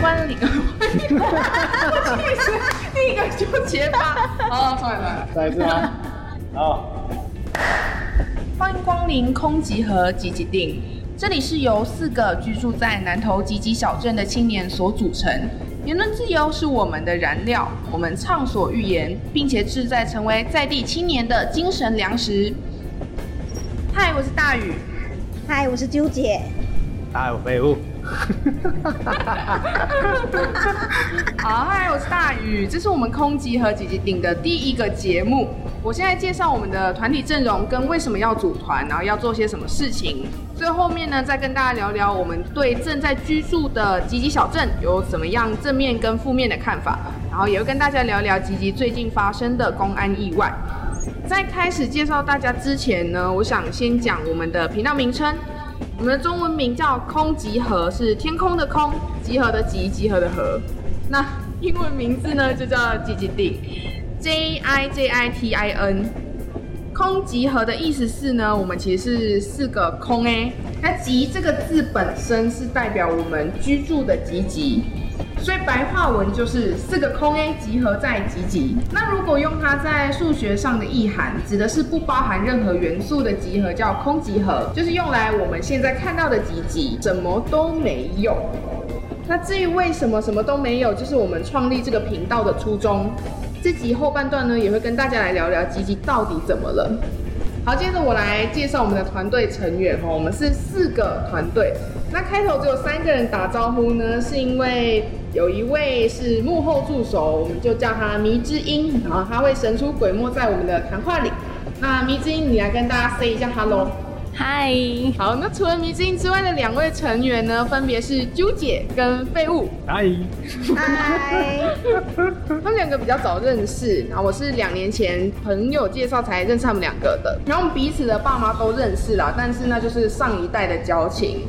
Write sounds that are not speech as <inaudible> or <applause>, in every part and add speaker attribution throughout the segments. Speaker 1: 关 <laughs> 领会，那个就结巴。哦，算了。
Speaker 2: 再一次吗？ <laughs> 好，
Speaker 1: 欢迎光临空集合集集定，这里是由四个居住在南投集集小镇的青年所组成。言论自由是我们的燃料，我们畅所欲言，并且志在成为在地青年的精神粮食。嗨，我是大宇。
Speaker 3: 嗨，我是纠姐。
Speaker 2: 大有废物。
Speaker 1: <laughs> 好，嗨，我是大宇，这是我们空集和姐姐顶的第一个节目。我现在介绍我们的团体阵容跟为什么要组团，然后要做些什么事情。最后面呢，再跟大家聊聊我们对正在居住的吉吉小镇有怎么样正面跟负面的看法，然后也会跟大家聊聊吉吉最近发生的公安意外。在开始介绍大家之前呢，我想先讲我们的频道名称。我们的中文名叫“空集合”，是天空的空，集合的集，集合的合。那英文名字呢，就叫 J J D，J I J I T I N。空集合的意思是呢，我们其实是四个空诶。那“集”这个字本身是代表我们居住的集集，所以白话文就是四个空 A 集合在集集。那如果用它在数学上的意涵，指的是不包含任何元素的集合叫空集合，就是用来我们现在看到的集集，什么都没有。那至于为什么什么都没有，就是我们创立这个频道的初衷。这集后半段呢，也会跟大家来聊聊集集到底怎么了。好，接着我来介绍我们的团队成员哦，我们是四个团队。那开头只有三个人打招呼呢，是因为有一位是幕后助手，我们就叫他迷之音，然后他会神出鬼没在我们的谈话里。那迷之音，你来跟大家 say 一下 hello。
Speaker 4: 嗨，
Speaker 1: 好，那除了迷之音之外的两位成员呢，分别是啾姐跟废物。
Speaker 2: 嗨，
Speaker 3: <laughs> 嗨，
Speaker 1: <laughs> 他们两个比较早认识，然后我是两年前朋友介绍才认识他们两个的，然后我们彼此的爸妈都认识啦，但是那就是上一代的交情。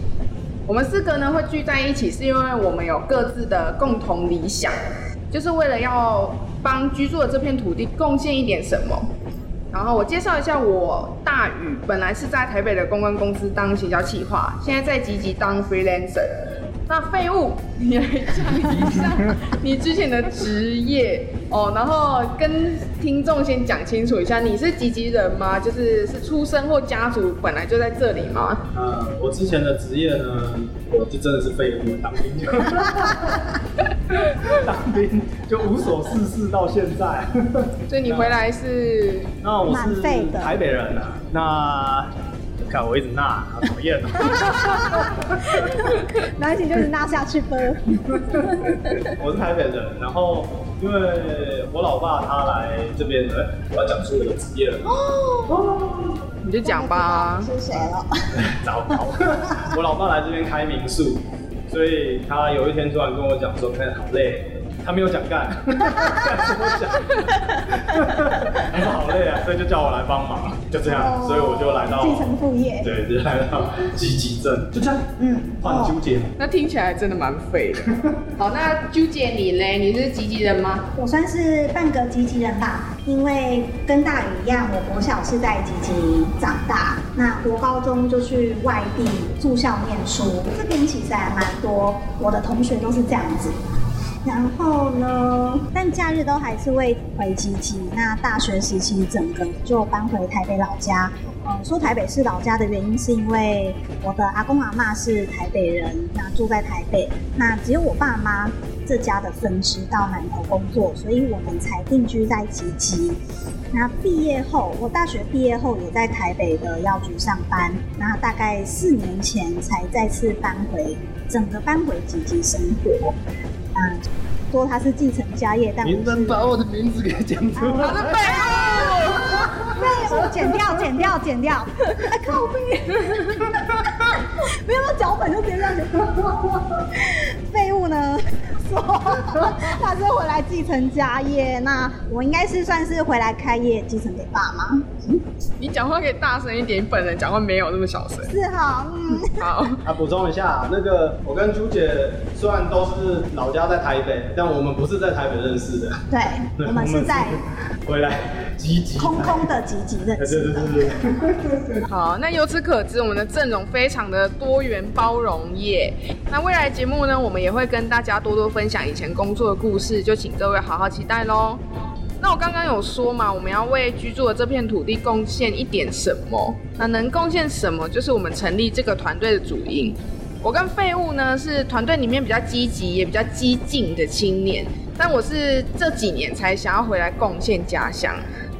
Speaker 1: 我们四个呢会聚在一起，是因为我们有各自的共同理想，就是为了要帮居住的这片土地贡献一点什么。然后我介绍一下我大宇，本来是在台北的公关公司当行销企划，现在在积极当 freelancer。那废物，你来讲一下你之前的职业哦，然后跟听众先讲清楚一下，你是积极人吗？就是是出生或家族本来就在这里吗？
Speaker 2: 呃，我之前的职业呢，我就真的是废物，当兵就 <laughs> 当兵就无所事事到现在。 <laughs>
Speaker 1: 所以你回来是
Speaker 2: 那我是
Speaker 3: 蛮废的
Speaker 2: 台北人啊，那看我一直那，好讨厌哦。
Speaker 3: 然后一起就是拉下去啵。
Speaker 2: <laughs> 我是台北人，然后因为我老爸他来这边，哎，我要讲出我的职业了吗，
Speaker 3: 哦
Speaker 1: 你就讲吧，
Speaker 3: 是谁了？
Speaker 2: 糟糕！我老爸来这边开民宿，所以他有一天突然跟我讲说，看好累，他没有讲干， <laughs> 他跟我讲，他说好累啊，所以就叫我来帮忙，就这
Speaker 3: 哦
Speaker 2: 样， <laughs> 所以我就来到，
Speaker 3: 继承副业。
Speaker 2: 对，就来到积极镇，就这样，
Speaker 3: 嗯，
Speaker 2: 换
Speaker 3: 哦
Speaker 2: 纠结。
Speaker 1: 那听起来真的蛮废的。好，那纠姐你嘞，你是积极人吗？
Speaker 3: 我算是半个吉吉人吧，因为跟大宇一样，我国小是在吉吉长大，那国高中就去外地住校念书。这边其实还蛮多，我的同学都是这样子。然后呢，但假日都还是会回吉吉。那大学时期整个就搬回台北老家。嗯，说台北是老家的原因是因为我的阿公阿妈是台北人，那住在台北，那只有我爸妈这家的分支到南投工作，所以我们才定居在吉吉。那毕业后，我大学毕业后也在台北的药局上班，那大概四年前才再次搬回，整个搬回吉吉生活。嗯，说他是继承家业，但我
Speaker 2: 您能
Speaker 3: 是
Speaker 2: 把我的名字给讲出
Speaker 1: 我是
Speaker 2: 来？
Speaker 1: 废物。
Speaker 3: 废物，剪掉，剪掉，剪掉，啊、靠背， <laughs> 没有到脚本就直接这样子。废物呢，说他是回来继承家业，那我应该是算是回来开业继承给爸妈，
Speaker 1: 你讲话可以大声一点，你本人讲话没有那么小声。
Speaker 3: 是哈，嗯，
Speaker 1: 好，
Speaker 2: <laughs> 啊，补充一下，那个我跟朱姐虽然都是老家在台北，但我们不是在台北认识的，
Speaker 3: 对，我们是在
Speaker 2: 我们是回来积极
Speaker 3: 空空的积极
Speaker 2: 对
Speaker 3: 认
Speaker 2: 对
Speaker 3: 识
Speaker 2: 对
Speaker 3: 的。
Speaker 2: 对对。
Speaker 1: 好，那由此可知，我们的阵容非常的多元包容耶。那未来节目呢，我们也会跟大家多多分享以前工作的故事，就请各位好好期待喽。那我刚刚有说嘛，我们要为居住的这片土地贡献一点什么？那能贡献什么，就是我们成立这个团队的主因。我跟废物呢是团队里面比较积极也比较激进的青年，但我是这几年才想要回来贡献家乡。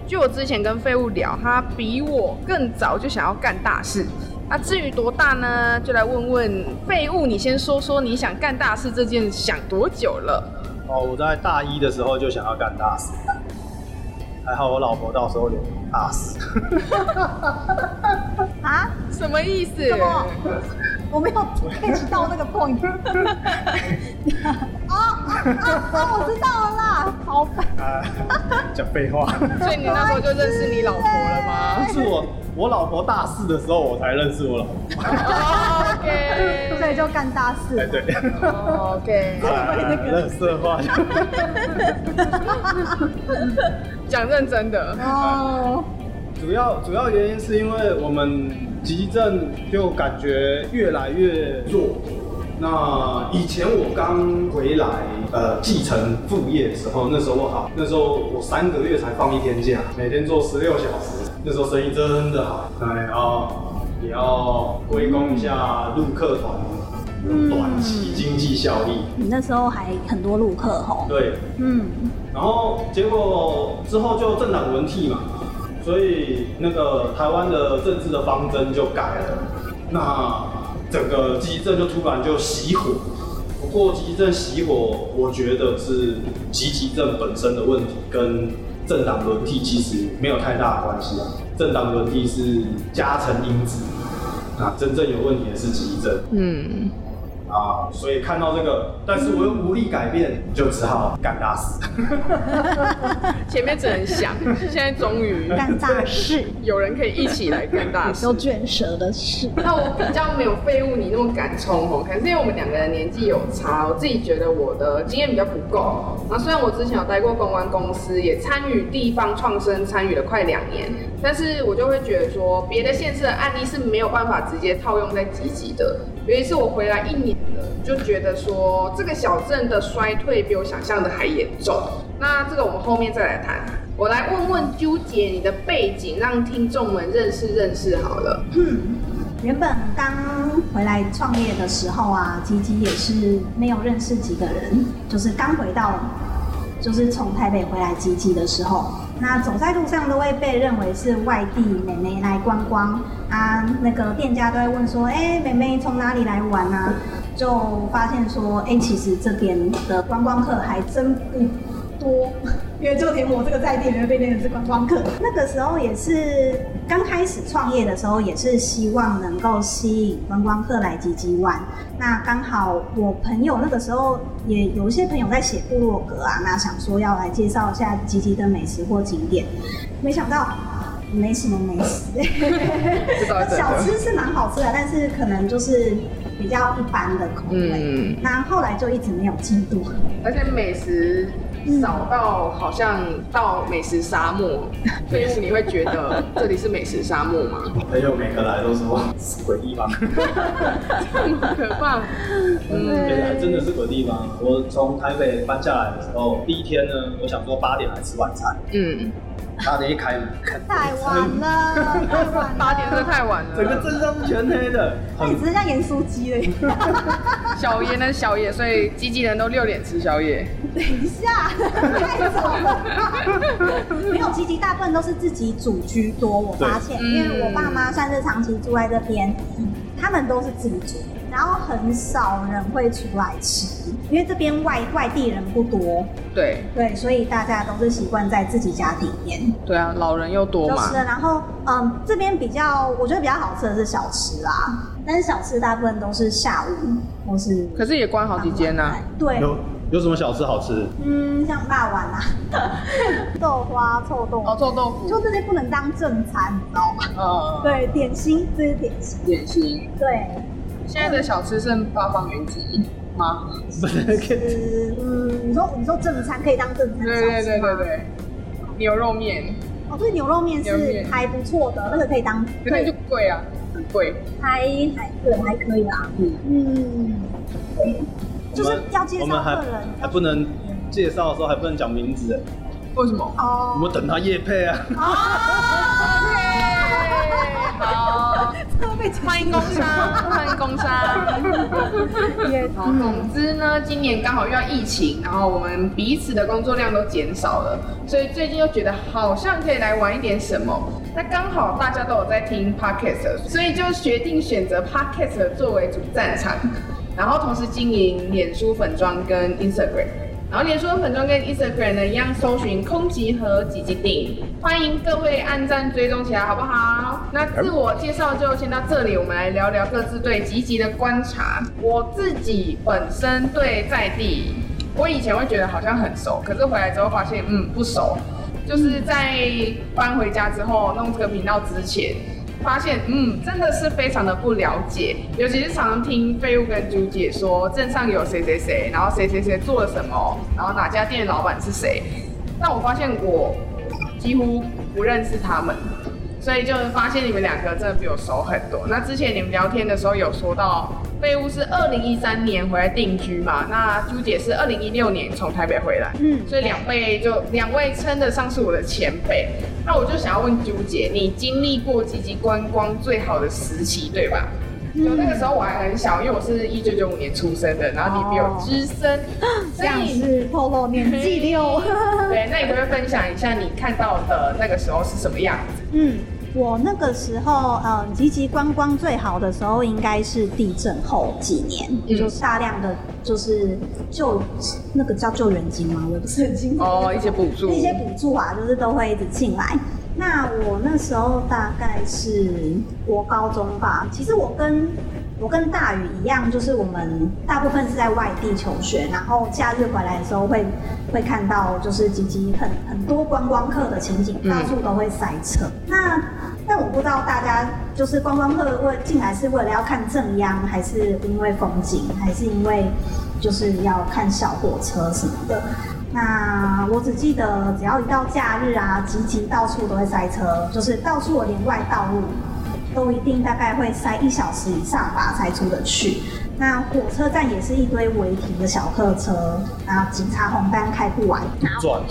Speaker 1: 据我之前跟废物聊，他比我更早就想要干大事。那至于多大呢？就来问问废物，你先说说你想干大事这件想多久了？
Speaker 2: 哦，我在大一的时候就想要干大事，还好我老婆到时候也大事。
Speaker 3: 啊，
Speaker 1: 什么意思？
Speaker 3: 什么？我没有 catch 到那个 point。哦哦哦，我知道了啦，好烦。
Speaker 2: 啊， <laughs> 讲废话，
Speaker 1: 所以你那时候就认识你老婆了吗
Speaker 2: 是我我老婆大四的时候我才认识我老婆。
Speaker 1: 哦
Speaker 3: <laughs> 所以
Speaker 1: ？OK，
Speaker 3: 就干大事
Speaker 2: 哎，。
Speaker 3: <laughs>
Speaker 2: 对，
Speaker 1: 哦 OK，
Speaker 2: 乐色话。
Speaker 1: 讲认真的。
Speaker 3: 哦，
Speaker 2: 主要主要原因是因为我们急症就感觉越来越弱。那以前我刚回来，呃，继承副业的时候，那时候我好，那时候我三个月才放一天假，每天做十六小时，那时候生意真的好。哎啊，也要归功一下陆客团
Speaker 3: 嗯
Speaker 2: 短期经济效益。
Speaker 3: 你那时候还很多录课吼。
Speaker 2: 对，
Speaker 3: 嗯，
Speaker 2: 然后结果之后就政党轮替嘛，所以那个台湾的政治的方针就改了，那整个基政就突然就熄火。不过基政熄火，我觉得是积极政本身的问题，跟政党轮替其实没有太大的关系啊。政党轮替是加成因子，啊，真正有问题的是积政。
Speaker 1: 嗯，
Speaker 2: 啊，所以看到这个，但是我又无力改变，就只好干大事。
Speaker 1: 前面只能想，现在终于
Speaker 3: 干大事，
Speaker 1: 有人可以一起来干大事
Speaker 3: 有。卷舌的事。
Speaker 1: 那我比较没有废物你那么敢冲哦，可能是因为我们两个人年纪有差，我自己觉得我的经验比较不够。那虽然我之前有待过公关公司，也参与地方创生，参与了快两年，但是我就会觉得说，别的县市的案例是没有办法直接套用在集集的。尤其是我回来一年了，就觉得说这个小镇的衰退比我想象的还严重。那这个我们后面再来谈。我来问问纠姐你的背景，让听众们认识认识好了。
Speaker 3: 原本刚回来创业的时候啊，吉吉也是没有认识几个人，就是刚回到，就是从台北回来吉吉的时候，那走在路上都会被认为是外地妹妹来观光啊，那个店家都会问说，哎、妹妹从哪里来玩啊？就发现说，哎、其实这边的观光客还真不多， <laughs> 因为就连我这个在地人被认为是观光客。那个时候也是刚开始创业的时候，也是希望能够吸引观光客来集集玩。那刚好我朋友那个时候也有一些朋友在写部落格啊，那想说要来介绍一下集集的美食或景点，没想到没什么美食。
Speaker 1: 这倒是真
Speaker 3: 小
Speaker 1: 的。
Speaker 3: 吃是蛮好吃的，但是可能就是比较一般的口味。
Speaker 1: 嗯，
Speaker 3: 那后来就一直没有进度。
Speaker 1: 而且美食少到好像到美食沙 <laughs> 漠，所以你会觉得这里是美食沙漠吗？
Speaker 2: 朋友哎每个来都说是鬼地方，
Speaker 1: 很可怕。嗯，
Speaker 2: 对，还真的是鬼地方。我从台北搬下来的时候，第一天呢，我想说八点来吃晚餐，
Speaker 1: <laughs> 嗯，
Speaker 2: 八点一开门，看
Speaker 3: 太晚，了，太晚了。
Speaker 1: 八点真的太晚
Speaker 2: 整个
Speaker 1: 了。
Speaker 2: 镇上是全黑的，
Speaker 3: 那
Speaker 2: 很
Speaker 3: 你只是像盐酥
Speaker 1: <laughs>
Speaker 3: 鸡了。
Speaker 1: 小夜那是小夜，所以机器人都六点吃宵夜。
Speaker 3: 等一下，太早了。 <laughs> 没有，其实大部分都是自己煮居多。我发现，
Speaker 1: 对
Speaker 3: 因为我爸妈算是长期住在这边，他们都是自己煮，然后很少人会出来吃，因为这边外外地人不多，
Speaker 1: 对
Speaker 3: 对，所以大家都是习惯在自己家里面。
Speaker 1: 对啊，老人又多
Speaker 3: 就
Speaker 1: 嘛
Speaker 3: 是，。然后嗯，这边比较我觉得比较好吃的是小吃啦，但是小吃大部分都是下午或是
Speaker 1: 可是也关好几间呐、啊。
Speaker 3: 对，
Speaker 2: 有有什么小吃好吃？
Speaker 3: 嗯，像辣丸
Speaker 1: <laughs>
Speaker 3: 啊，豆花、臭豆
Speaker 1: 哦，
Speaker 3: 腐，
Speaker 1: 臭豆腐，
Speaker 3: 就这些不能当正餐，你知道吗？
Speaker 1: 呃，
Speaker 3: 对，点心这是点心，
Speaker 1: 点心。
Speaker 3: 对，
Speaker 1: 现在的小吃剩八方云集吗？
Speaker 3: 是嗯，你说你说正餐可以当正餐，
Speaker 1: 对对对对，对，牛肉面。
Speaker 3: 哦，所以牛肉面
Speaker 1: 牛肉
Speaker 3: 是
Speaker 1: 面
Speaker 3: 还不错的，那个可以当
Speaker 1: 可是就贵啊，很贵。
Speaker 3: 还还对还可以啦。
Speaker 1: 嗯
Speaker 3: 嗯，对，就是要介
Speaker 2: 我
Speaker 3: 绍
Speaker 2: 们还
Speaker 3: 客人，
Speaker 2: 还不能介绍的时候还不能讲名字，哎
Speaker 1: 为什么？
Speaker 2: 我
Speaker 3: 哦
Speaker 2: 们等他夜配啊。
Speaker 3: <laughs>
Speaker 1: 好，
Speaker 3: 这被抢
Speaker 1: 欢迎工商，欢迎工商。
Speaker 3: 哦也
Speaker 1: 好，总之呢，今年刚好遇到疫情，然后我们彼此的工作量都减少了，所以最近又觉得好像可以来玩一点什么。那刚好大家都有在听 podcast，所以就决定选择 podcast 作为主战场，然后同时经营脸书粉砖跟 Instagram。然后脸书粉砖跟 Instagram 呢一样，搜寻空集和几集顶，欢迎各位按赞追踪起来，好不好？那自我介绍就先到这里，我们来聊聊各自对集集的观察。我自己本身对在地，我以前会觉得好像很熟，可是回来之后发现，嗯，不熟。就是在搬回家之后弄这个频道之前，发现嗯，真的是非常的不了解，尤其是常常听废物跟朱姐说镇上有谁谁谁，然后谁谁谁做了什么，然后哪家店的老板是谁，但我发现我几乎不认识他们，所以就发现你们两个真的比我熟很多。那之前你们聊天的时候有说到。废物是二零一三年回来定居嘛，那朱姐是二零一六年从台北回来，
Speaker 3: 嗯
Speaker 1: 所以两位就两位称得上是我的前辈。那我就想要问朱姐，你经历过积极观光最好的时期，对吧？
Speaker 3: 嗯
Speaker 1: 就那个时候我还很小，因为我是一九九五年出生的，然后你比我资深，
Speaker 3: 这
Speaker 1: 所
Speaker 3: 样
Speaker 1: 以
Speaker 3: 是透露嗯年纪
Speaker 1: <laughs>
Speaker 3: 六。
Speaker 1: 对，那你可不可以分享一下你看到的那个时候是什么样子？
Speaker 3: 嗯，我那个时候，嗯，积极观光最好的时候应该是地震后几年，
Speaker 1: 嗯
Speaker 3: 就是大量的就是救那个叫救援金吗？我也不是很清楚。
Speaker 1: 哦，一些补助，
Speaker 3: 那些补助啊，就是都会一直进来。那我那时候大概是国高中吧，其实我跟我跟大宇一样，就是我们大部分是在外地求学，然后假日回来的时候会会看到就是吉吉很很多观光客的情景，
Speaker 1: 嗯
Speaker 3: 到处都会塞车。那但我不知道大家就是观光客为进来是为了要看正央，还是因为风景，还是因为就是要看小火车什么的。那我只记得，只要一到假日啊，集集到处都会塞车，就是到处我连外道路都一定大概会塞一小时以上吧，才出得去。那火车站也是一堆违停的小客车，然后警察红单开不完。
Speaker 2: 转，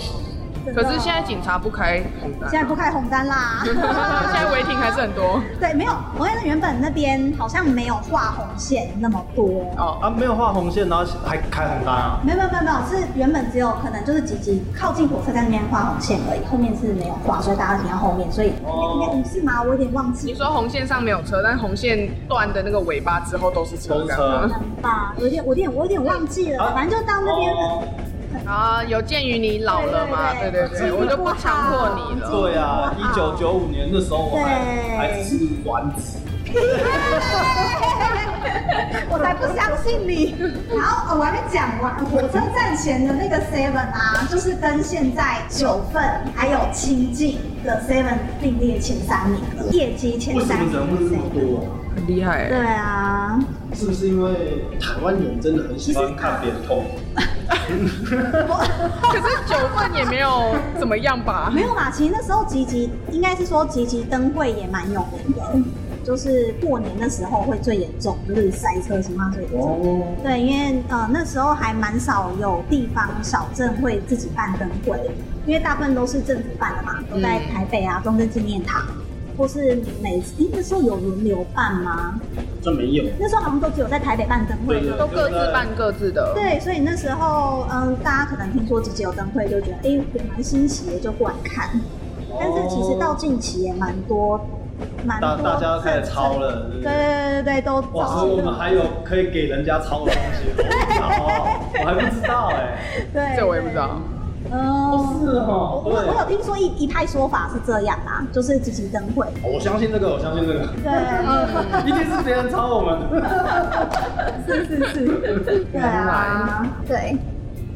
Speaker 1: 可是现在警察不开红 <laughs> 单，，
Speaker 3: <laughs> 现在不开红单啦
Speaker 1: 现在违停还是很多
Speaker 3: 对，没有，我看原本那边好像没有画红线那么多。
Speaker 1: 哦。
Speaker 2: 啊，没有画红线，然后还开红单啊？
Speaker 3: 没有没有没有没有，是原本只有可能就是几集靠近火车站那边画红线而已，后面是没有画，所以大家停到后面，所以应该
Speaker 2: 哦
Speaker 3: 应该是吗？我有点忘记
Speaker 1: 你说红线上没有车，但红线断的那个尾巴之后都是车，
Speaker 2: 都是
Speaker 1: 这样吗
Speaker 2: 车
Speaker 3: 了吧，有点我有点我有点忘记了，
Speaker 2: 啊
Speaker 3: 反正就到那边
Speaker 2: 哦
Speaker 1: 啊，有鉴于你老了嘛，对
Speaker 3: 对
Speaker 1: 对
Speaker 3: 对
Speaker 1: 对，
Speaker 3: 对
Speaker 1: 我就不强迫你了。
Speaker 2: 对啊，一九九五年那时候我还
Speaker 3: 对
Speaker 2: 还只是丸子，哦
Speaker 3: <laughs> 我才不相信你。然后呃我还没讲完，火车站前的那个 Seven 啊，就是跟现在九份还有清境的 Seven 并列前三名了，业绩前
Speaker 2: 为什
Speaker 3: 三
Speaker 2: 么
Speaker 3: 名的
Speaker 2: 人会这么
Speaker 3: 7-Eleven。
Speaker 2: 多啊？
Speaker 1: 很厉害欸
Speaker 3: 对啊，
Speaker 2: 是不是因为台湾人真的很喜欢看别人痛？
Speaker 3: 我？
Speaker 1: 可是九份也没有怎么样吧
Speaker 3: 啊没有啦，其实那时候吉吉应该是说吉吉灯会也蛮有名
Speaker 2: 嗯
Speaker 3: 的，就是过年的时候会最严重，就是塞车情况最严重。
Speaker 2: 哦，
Speaker 3: 对，因为呃那时候还蛮少有地方小镇会自己办灯会，因为大部分都是政府办的嘛，都在
Speaker 1: 嗯
Speaker 3: 台北啊、中正纪念堂，或是每次诶那时候有轮流办吗？
Speaker 2: 这没有，
Speaker 3: 那时候好像都只有在台北办灯会，
Speaker 2: 对
Speaker 1: 都
Speaker 3: 对不对
Speaker 1: 各自办各自的。
Speaker 3: 对，所以那时候，嗯，大家可能听说集结有灯会，就觉得哎，诶蛮新奇的，就过来看。但是其实到近期也蛮多，蛮
Speaker 2: 大
Speaker 3: 多
Speaker 2: 大家开始
Speaker 3: 政
Speaker 2: 抄了，对
Speaker 3: 对对对对，都
Speaker 2: 哇，所以我们还有可以给人家抄的东西，哦，我还不知道哎。
Speaker 3: 对，
Speaker 1: 这我也不知道。
Speaker 3: 嗯，
Speaker 2: 是哦
Speaker 3: 我我我有听说一一派说法是这样啊，就是集集灯会。
Speaker 2: 对，我相信这个，我相信这个，
Speaker 3: 对，
Speaker 1: 嗯，
Speaker 2: 一定是别人抄我们。
Speaker 3: 是是是，对啊，对。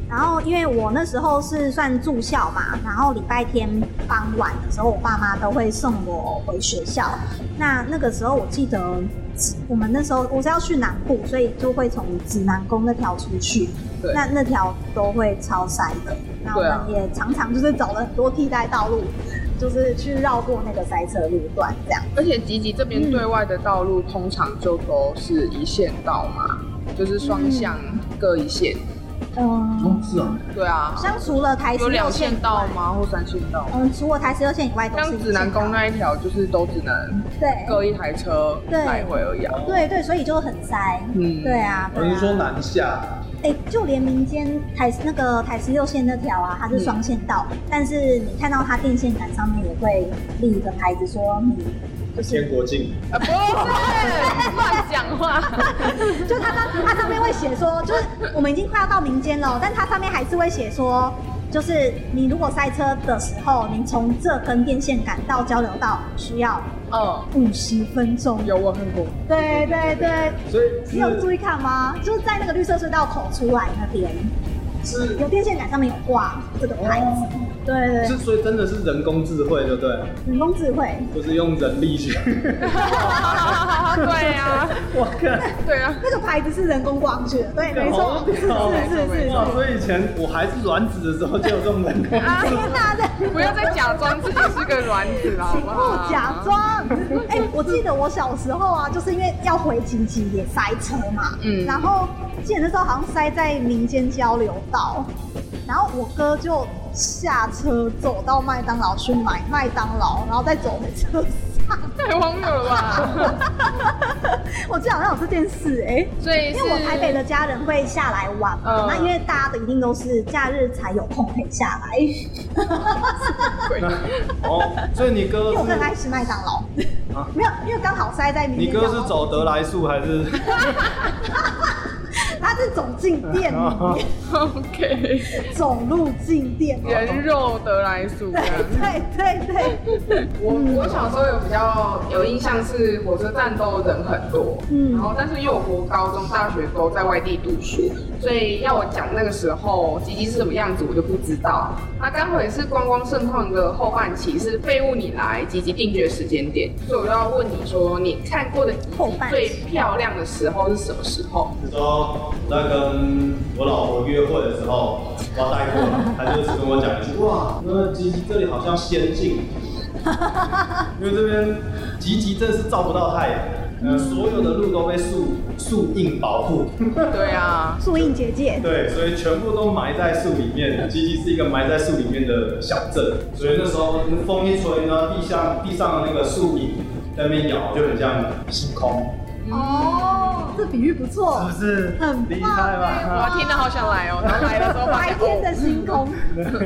Speaker 3: 然后因为我那时候是算住校嘛，然后礼拜天傍晚的时候，我爸妈都会送我回学校。那那个时候我记得，我们那时候我是要去南部，所以就会从指南宫那条出去
Speaker 1: 对，
Speaker 3: 那那条都会超塞的。那我
Speaker 1: 对啊
Speaker 3: 们也常常就是找了很多替代道路，就是去绕过那个塞车路段这样。
Speaker 1: 而且吉吉这边对外的道路通常就都是一线道嘛，就是双向各一线。
Speaker 3: 嗯，
Speaker 2: 哦，是啊，
Speaker 1: 对啊，
Speaker 3: 像除了台十
Speaker 1: 有
Speaker 3: 六
Speaker 1: 两
Speaker 3: 线
Speaker 1: 线
Speaker 3: 以
Speaker 1: 道欸
Speaker 3: 外？
Speaker 1: 吗？或三线道？
Speaker 3: 嗯，除了台十六线以外都是
Speaker 1: 像
Speaker 3: 一
Speaker 1: 指
Speaker 3: 线
Speaker 1: 南
Speaker 3: 道
Speaker 1: 宫那一条，就是都只能
Speaker 3: 对
Speaker 1: 各一台车
Speaker 3: 对
Speaker 1: 来回而已啊。
Speaker 3: 对对，所以就很塞。
Speaker 1: 嗯
Speaker 3: 对啊，
Speaker 2: 我
Speaker 3: 对
Speaker 2: 是说
Speaker 3: 啊。
Speaker 2: 南下，
Speaker 3: 哎、就连民间台那个台十六线那条啊，它是双线道，
Speaker 2: 嗯
Speaker 3: 但是你看到它电线杆上面也会立一个牌子说你就是
Speaker 2: 天国境，
Speaker 1: 啊，不是 <laughs> 乱讲话。
Speaker 3: <laughs> 就它上它上面会写说，就是我们已经快要到民间了，但它上面还是会写说，就是你如果塞车的时候，您从这根电线杆到交流道需要
Speaker 1: 嗯，
Speaker 3: 五十分钟。
Speaker 1: 有我看过。
Speaker 3: 对对对，
Speaker 2: 所以
Speaker 3: 你有注
Speaker 2: 是
Speaker 3: 意看吗？就是在那个绿色隧道口出来那边，
Speaker 2: 是
Speaker 3: 有电线杆上面有挂这个牌子。对对
Speaker 2: 是，
Speaker 3: 对，
Speaker 2: 所以真的是人工智慧，对不对？
Speaker 3: 人工智慧。
Speaker 2: 就是用人力去，
Speaker 1: <laughs> 对呀，
Speaker 2: 我靠！
Speaker 1: 对啊呀。
Speaker 3: 那个牌子是人工挂上去的，对，没错
Speaker 2: 好，
Speaker 3: 是是
Speaker 2: 屌哦
Speaker 3: 是是
Speaker 2: 哇，
Speaker 3: 是。
Speaker 2: 所以以前我还是卵子的时候就有这种人工
Speaker 1: 啊
Speaker 2: 智慧。
Speaker 3: 天哪，这
Speaker 1: 不要再假装自己是个卵子了，好
Speaker 3: 请
Speaker 1: 不
Speaker 3: 勿
Speaker 1: 好？
Speaker 3: 假装。哎、我记得我小时候啊，就是因为要回集集也塞车嘛，
Speaker 1: 嗯
Speaker 3: 然后记得那时候好像塞在民间交流道，然后我哥就下车走到麦当劳去买麦当劳，然后再走回车上。
Speaker 1: 太荒谬了吧！
Speaker 3: <laughs> 我记得好像有这件事哎、
Speaker 1: 所以
Speaker 3: 因
Speaker 1: 是
Speaker 3: 为我台北的家人会下来玩嘛，
Speaker 1: 嗯
Speaker 3: 那因为大家的一定都是假日才有空可以下来，
Speaker 1: 鬼
Speaker 2: <laughs> 哦，所以你哥
Speaker 3: 因为我更爱
Speaker 2: 是
Speaker 3: 吃麦当劳
Speaker 2: 啊。
Speaker 3: <laughs> 没有，因为刚好塞在民
Speaker 2: 你
Speaker 3: 间
Speaker 2: 哥
Speaker 3: 交流
Speaker 2: 是
Speaker 3: 道
Speaker 2: 走得来速还
Speaker 3: <laughs>
Speaker 2: 是？
Speaker 3: 他是走进
Speaker 2: <laughs>
Speaker 3: 店
Speaker 2: 哦
Speaker 3: 里面，
Speaker 1: ，OK，
Speaker 3: <laughs> 走路进店里。
Speaker 1: 人肉得来速这
Speaker 3: 对
Speaker 1: 样。
Speaker 3: 对对对，
Speaker 1: 我
Speaker 3: 嗯
Speaker 1: 我小时候有比较有印象是火车站都人很多，
Speaker 3: 嗯
Speaker 1: 然后但是因为我国高中、大学都在外地读书，所以要我讲那个时候吉吉是什么样子，我就不知道。那刚好也是观光盛况的后半期，是废物你来吉吉定决时间点，所以我就要问你说，你看过的吉
Speaker 3: 后
Speaker 1: 吉
Speaker 3: 半期
Speaker 1: 最漂亮的时候是什么时候？
Speaker 2: 你说我在跟我老婆约会的时候，我要带过来，她就是跟我讲一句，哇，那吉吉这里好像仙境， <laughs> 因为这边吉吉真的是照不到太阳，呃，所有的路都被树树荫保护，
Speaker 1: <laughs> 对啊，
Speaker 3: 树荫结界。
Speaker 2: 对，所以全部都埋在树里面。吉吉是一个埋在树里面的小镇，所以那时候风一吹，然后地上地上的那个树影在那边摇，就很像星空，
Speaker 1: 嗯
Speaker 3: 哦，这比喻不错，
Speaker 2: 是不是？
Speaker 3: 很
Speaker 2: 厉
Speaker 3: 棒
Speaker 2: 害吧？
Speaker 1: 哇，听得好想来哦，然后来的时候发
Speaker 3: 白
Speaker 1: 现
Speaker 3: 天的
Speaker 1: 哦
Speaker 3: 星空。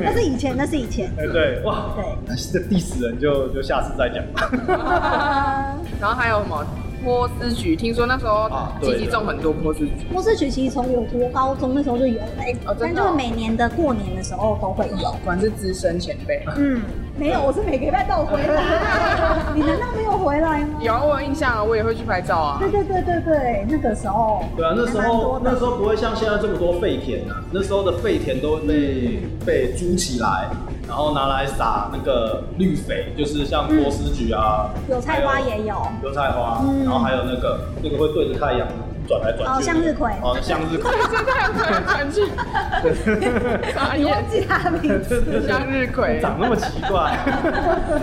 Speaker 3: 那是以前，那是以前。
Speaker 2: 哎，对，哇，
Speaker 3: 对，
Speaker 2: 这 diss 人就就下次再讲吧。
Speaker 1: 然后还有什么波斯菊，听说那时候
Speaker 2: 啊对
Speaker 1: 吉吉种很多波斯菊。
Speaker 3: 波士曲其实从我读高中那时候就有了，哎
Speaker 1: 哦真的哦
Speaker 3: 但就是每年的过年的时候都会有。
Speaker 1: 果然是资深前辈。
Speaker 3: 嗯，没有，我是每个礼拜都有回
Speaker 2: <laughs>
Speaker 3: 来。你难道没有回来吗？
Speaker 1: 有啊，我有印象啊，我也会去拍照啊
Speaker 3: 对。对对对对，那个时候。
Speaker 2: 对啊，那时
Speaker 3: 还蛮多
Speaker 2: 候
Speaker 3: 的
Speaker 2: 那时候不会像现在这么多废田啊，那时候的废田都被
Speaker 3: 嗯
Speaker 2: 被租起来，然后拿来撒那个绿肥，就是像波斯菊啊，
Speaker 3: 嗯有菜花也有，
Speaker 2: 油菜花，
Speaker 3: 嗯
Speaker 2: 然后还有那个那个会对着太阳转来转去的，
Speaker 3: 哦向日葵
Speaker 2: 哦向日
Speaker 3: <laughs>
Speaker 2: 葵，
Speaker 1: 真的要转来转去，傻
Speaker 3: 你忘
Speaker 1: 眼，
Speaker 3: 记它的名字。
Speaker 1: 向日葵。
Speaker 2: 长那么奇怪，啊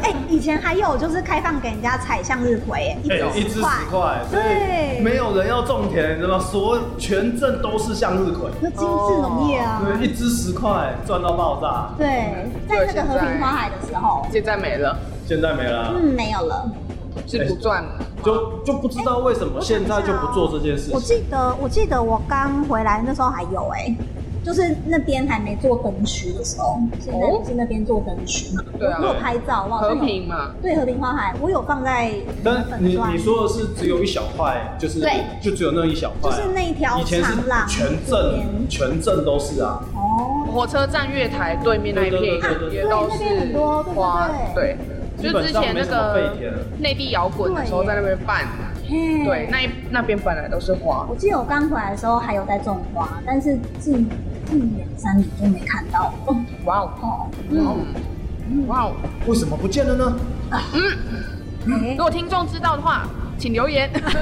Speaker 3: 哎、以前还有就是开放给人家采向日葵， <laughs> 哎一
Speaker 2: 哎一只
Speaker 3: 只
Speaker 2: 十
Speaker 3: 十块，
Speaker 2: 块，所以
Speaker 3: 对
Speaker 2: 没有人要种田，你知道吗？所有全镇都是向日葵，
Speaker 3: 就精致农业啊。
Speaker 2: 对，一只十块赚到爆炸，
Speaker 3: 对，在那个和平花海的时候，
Speaker 1: 现在没了，
Speaker 2: 现在没了啊。
Speaker 3: 嗯，没有了。
Speaker 1: 是不赚了。
Speaker 2: 就就不知道为什么现在就不做这件事
Speaker 3: 我
Speaker 2: 情。
Speaker 3: 记得，我记得我刚回来那时候还有哎、就是那边还没做灯区的时候，现在
Speaker 2: 哦
Speaker 3: 不是那边做灯区嘛？
Speaker 1: 对啊
Speaker 3: 我有拍照，我好
Speaker 1: 和
Speaker 3: 像有
Speaker 1: 平嘛，
Speaker 3: 对和平花海，我有放在
Speaker 2: 但
Speaker 3: 粉
Speaker 2: 你
Speaker 3: 砖
Speaker 2: 你说的是只有一小块，就是
Speaker 3: 对
Speaker 2: 就只有那一小块，啊
Speaker 3: 就是那一条
Speaker 2: 以前是
Speaker 3: 长廊
Speaker 2: 全
Speaker 3: 这
Speaker 2: 镇
Speaker 3: 边
Speaker 2: 全镇都是啊，
Speaker 3: 哦，
Speaker 1: 火车站月台对面那一片也都是花，对，就
Speaker 2: 基本
Speaker 1: 之
Speaker 2: 上
Speaker 1: 前
Speaker 2: 没
Speaker 1: 那
Speaker 2: 什么
Speaker 1: 个
Speaker 2: 废田了。
Speaker 1: 内地摇滚的时候在那边办，
Speaker 3: 嘿
Speaker 1: 对，那一那边本来都是花
Speaker 3: 我，记得我刚回来的时候还有在种花，但是近近两三年就没看到了。
Speaker 1: 哇哦，
Speaker 3: 哦，
Speaker 1: 嗯，哇哦。
Speaker 2: 为什么不见了呢？
Speaker 3: 哎
Speaker 1: 如果听众知道的话，请留言，告诉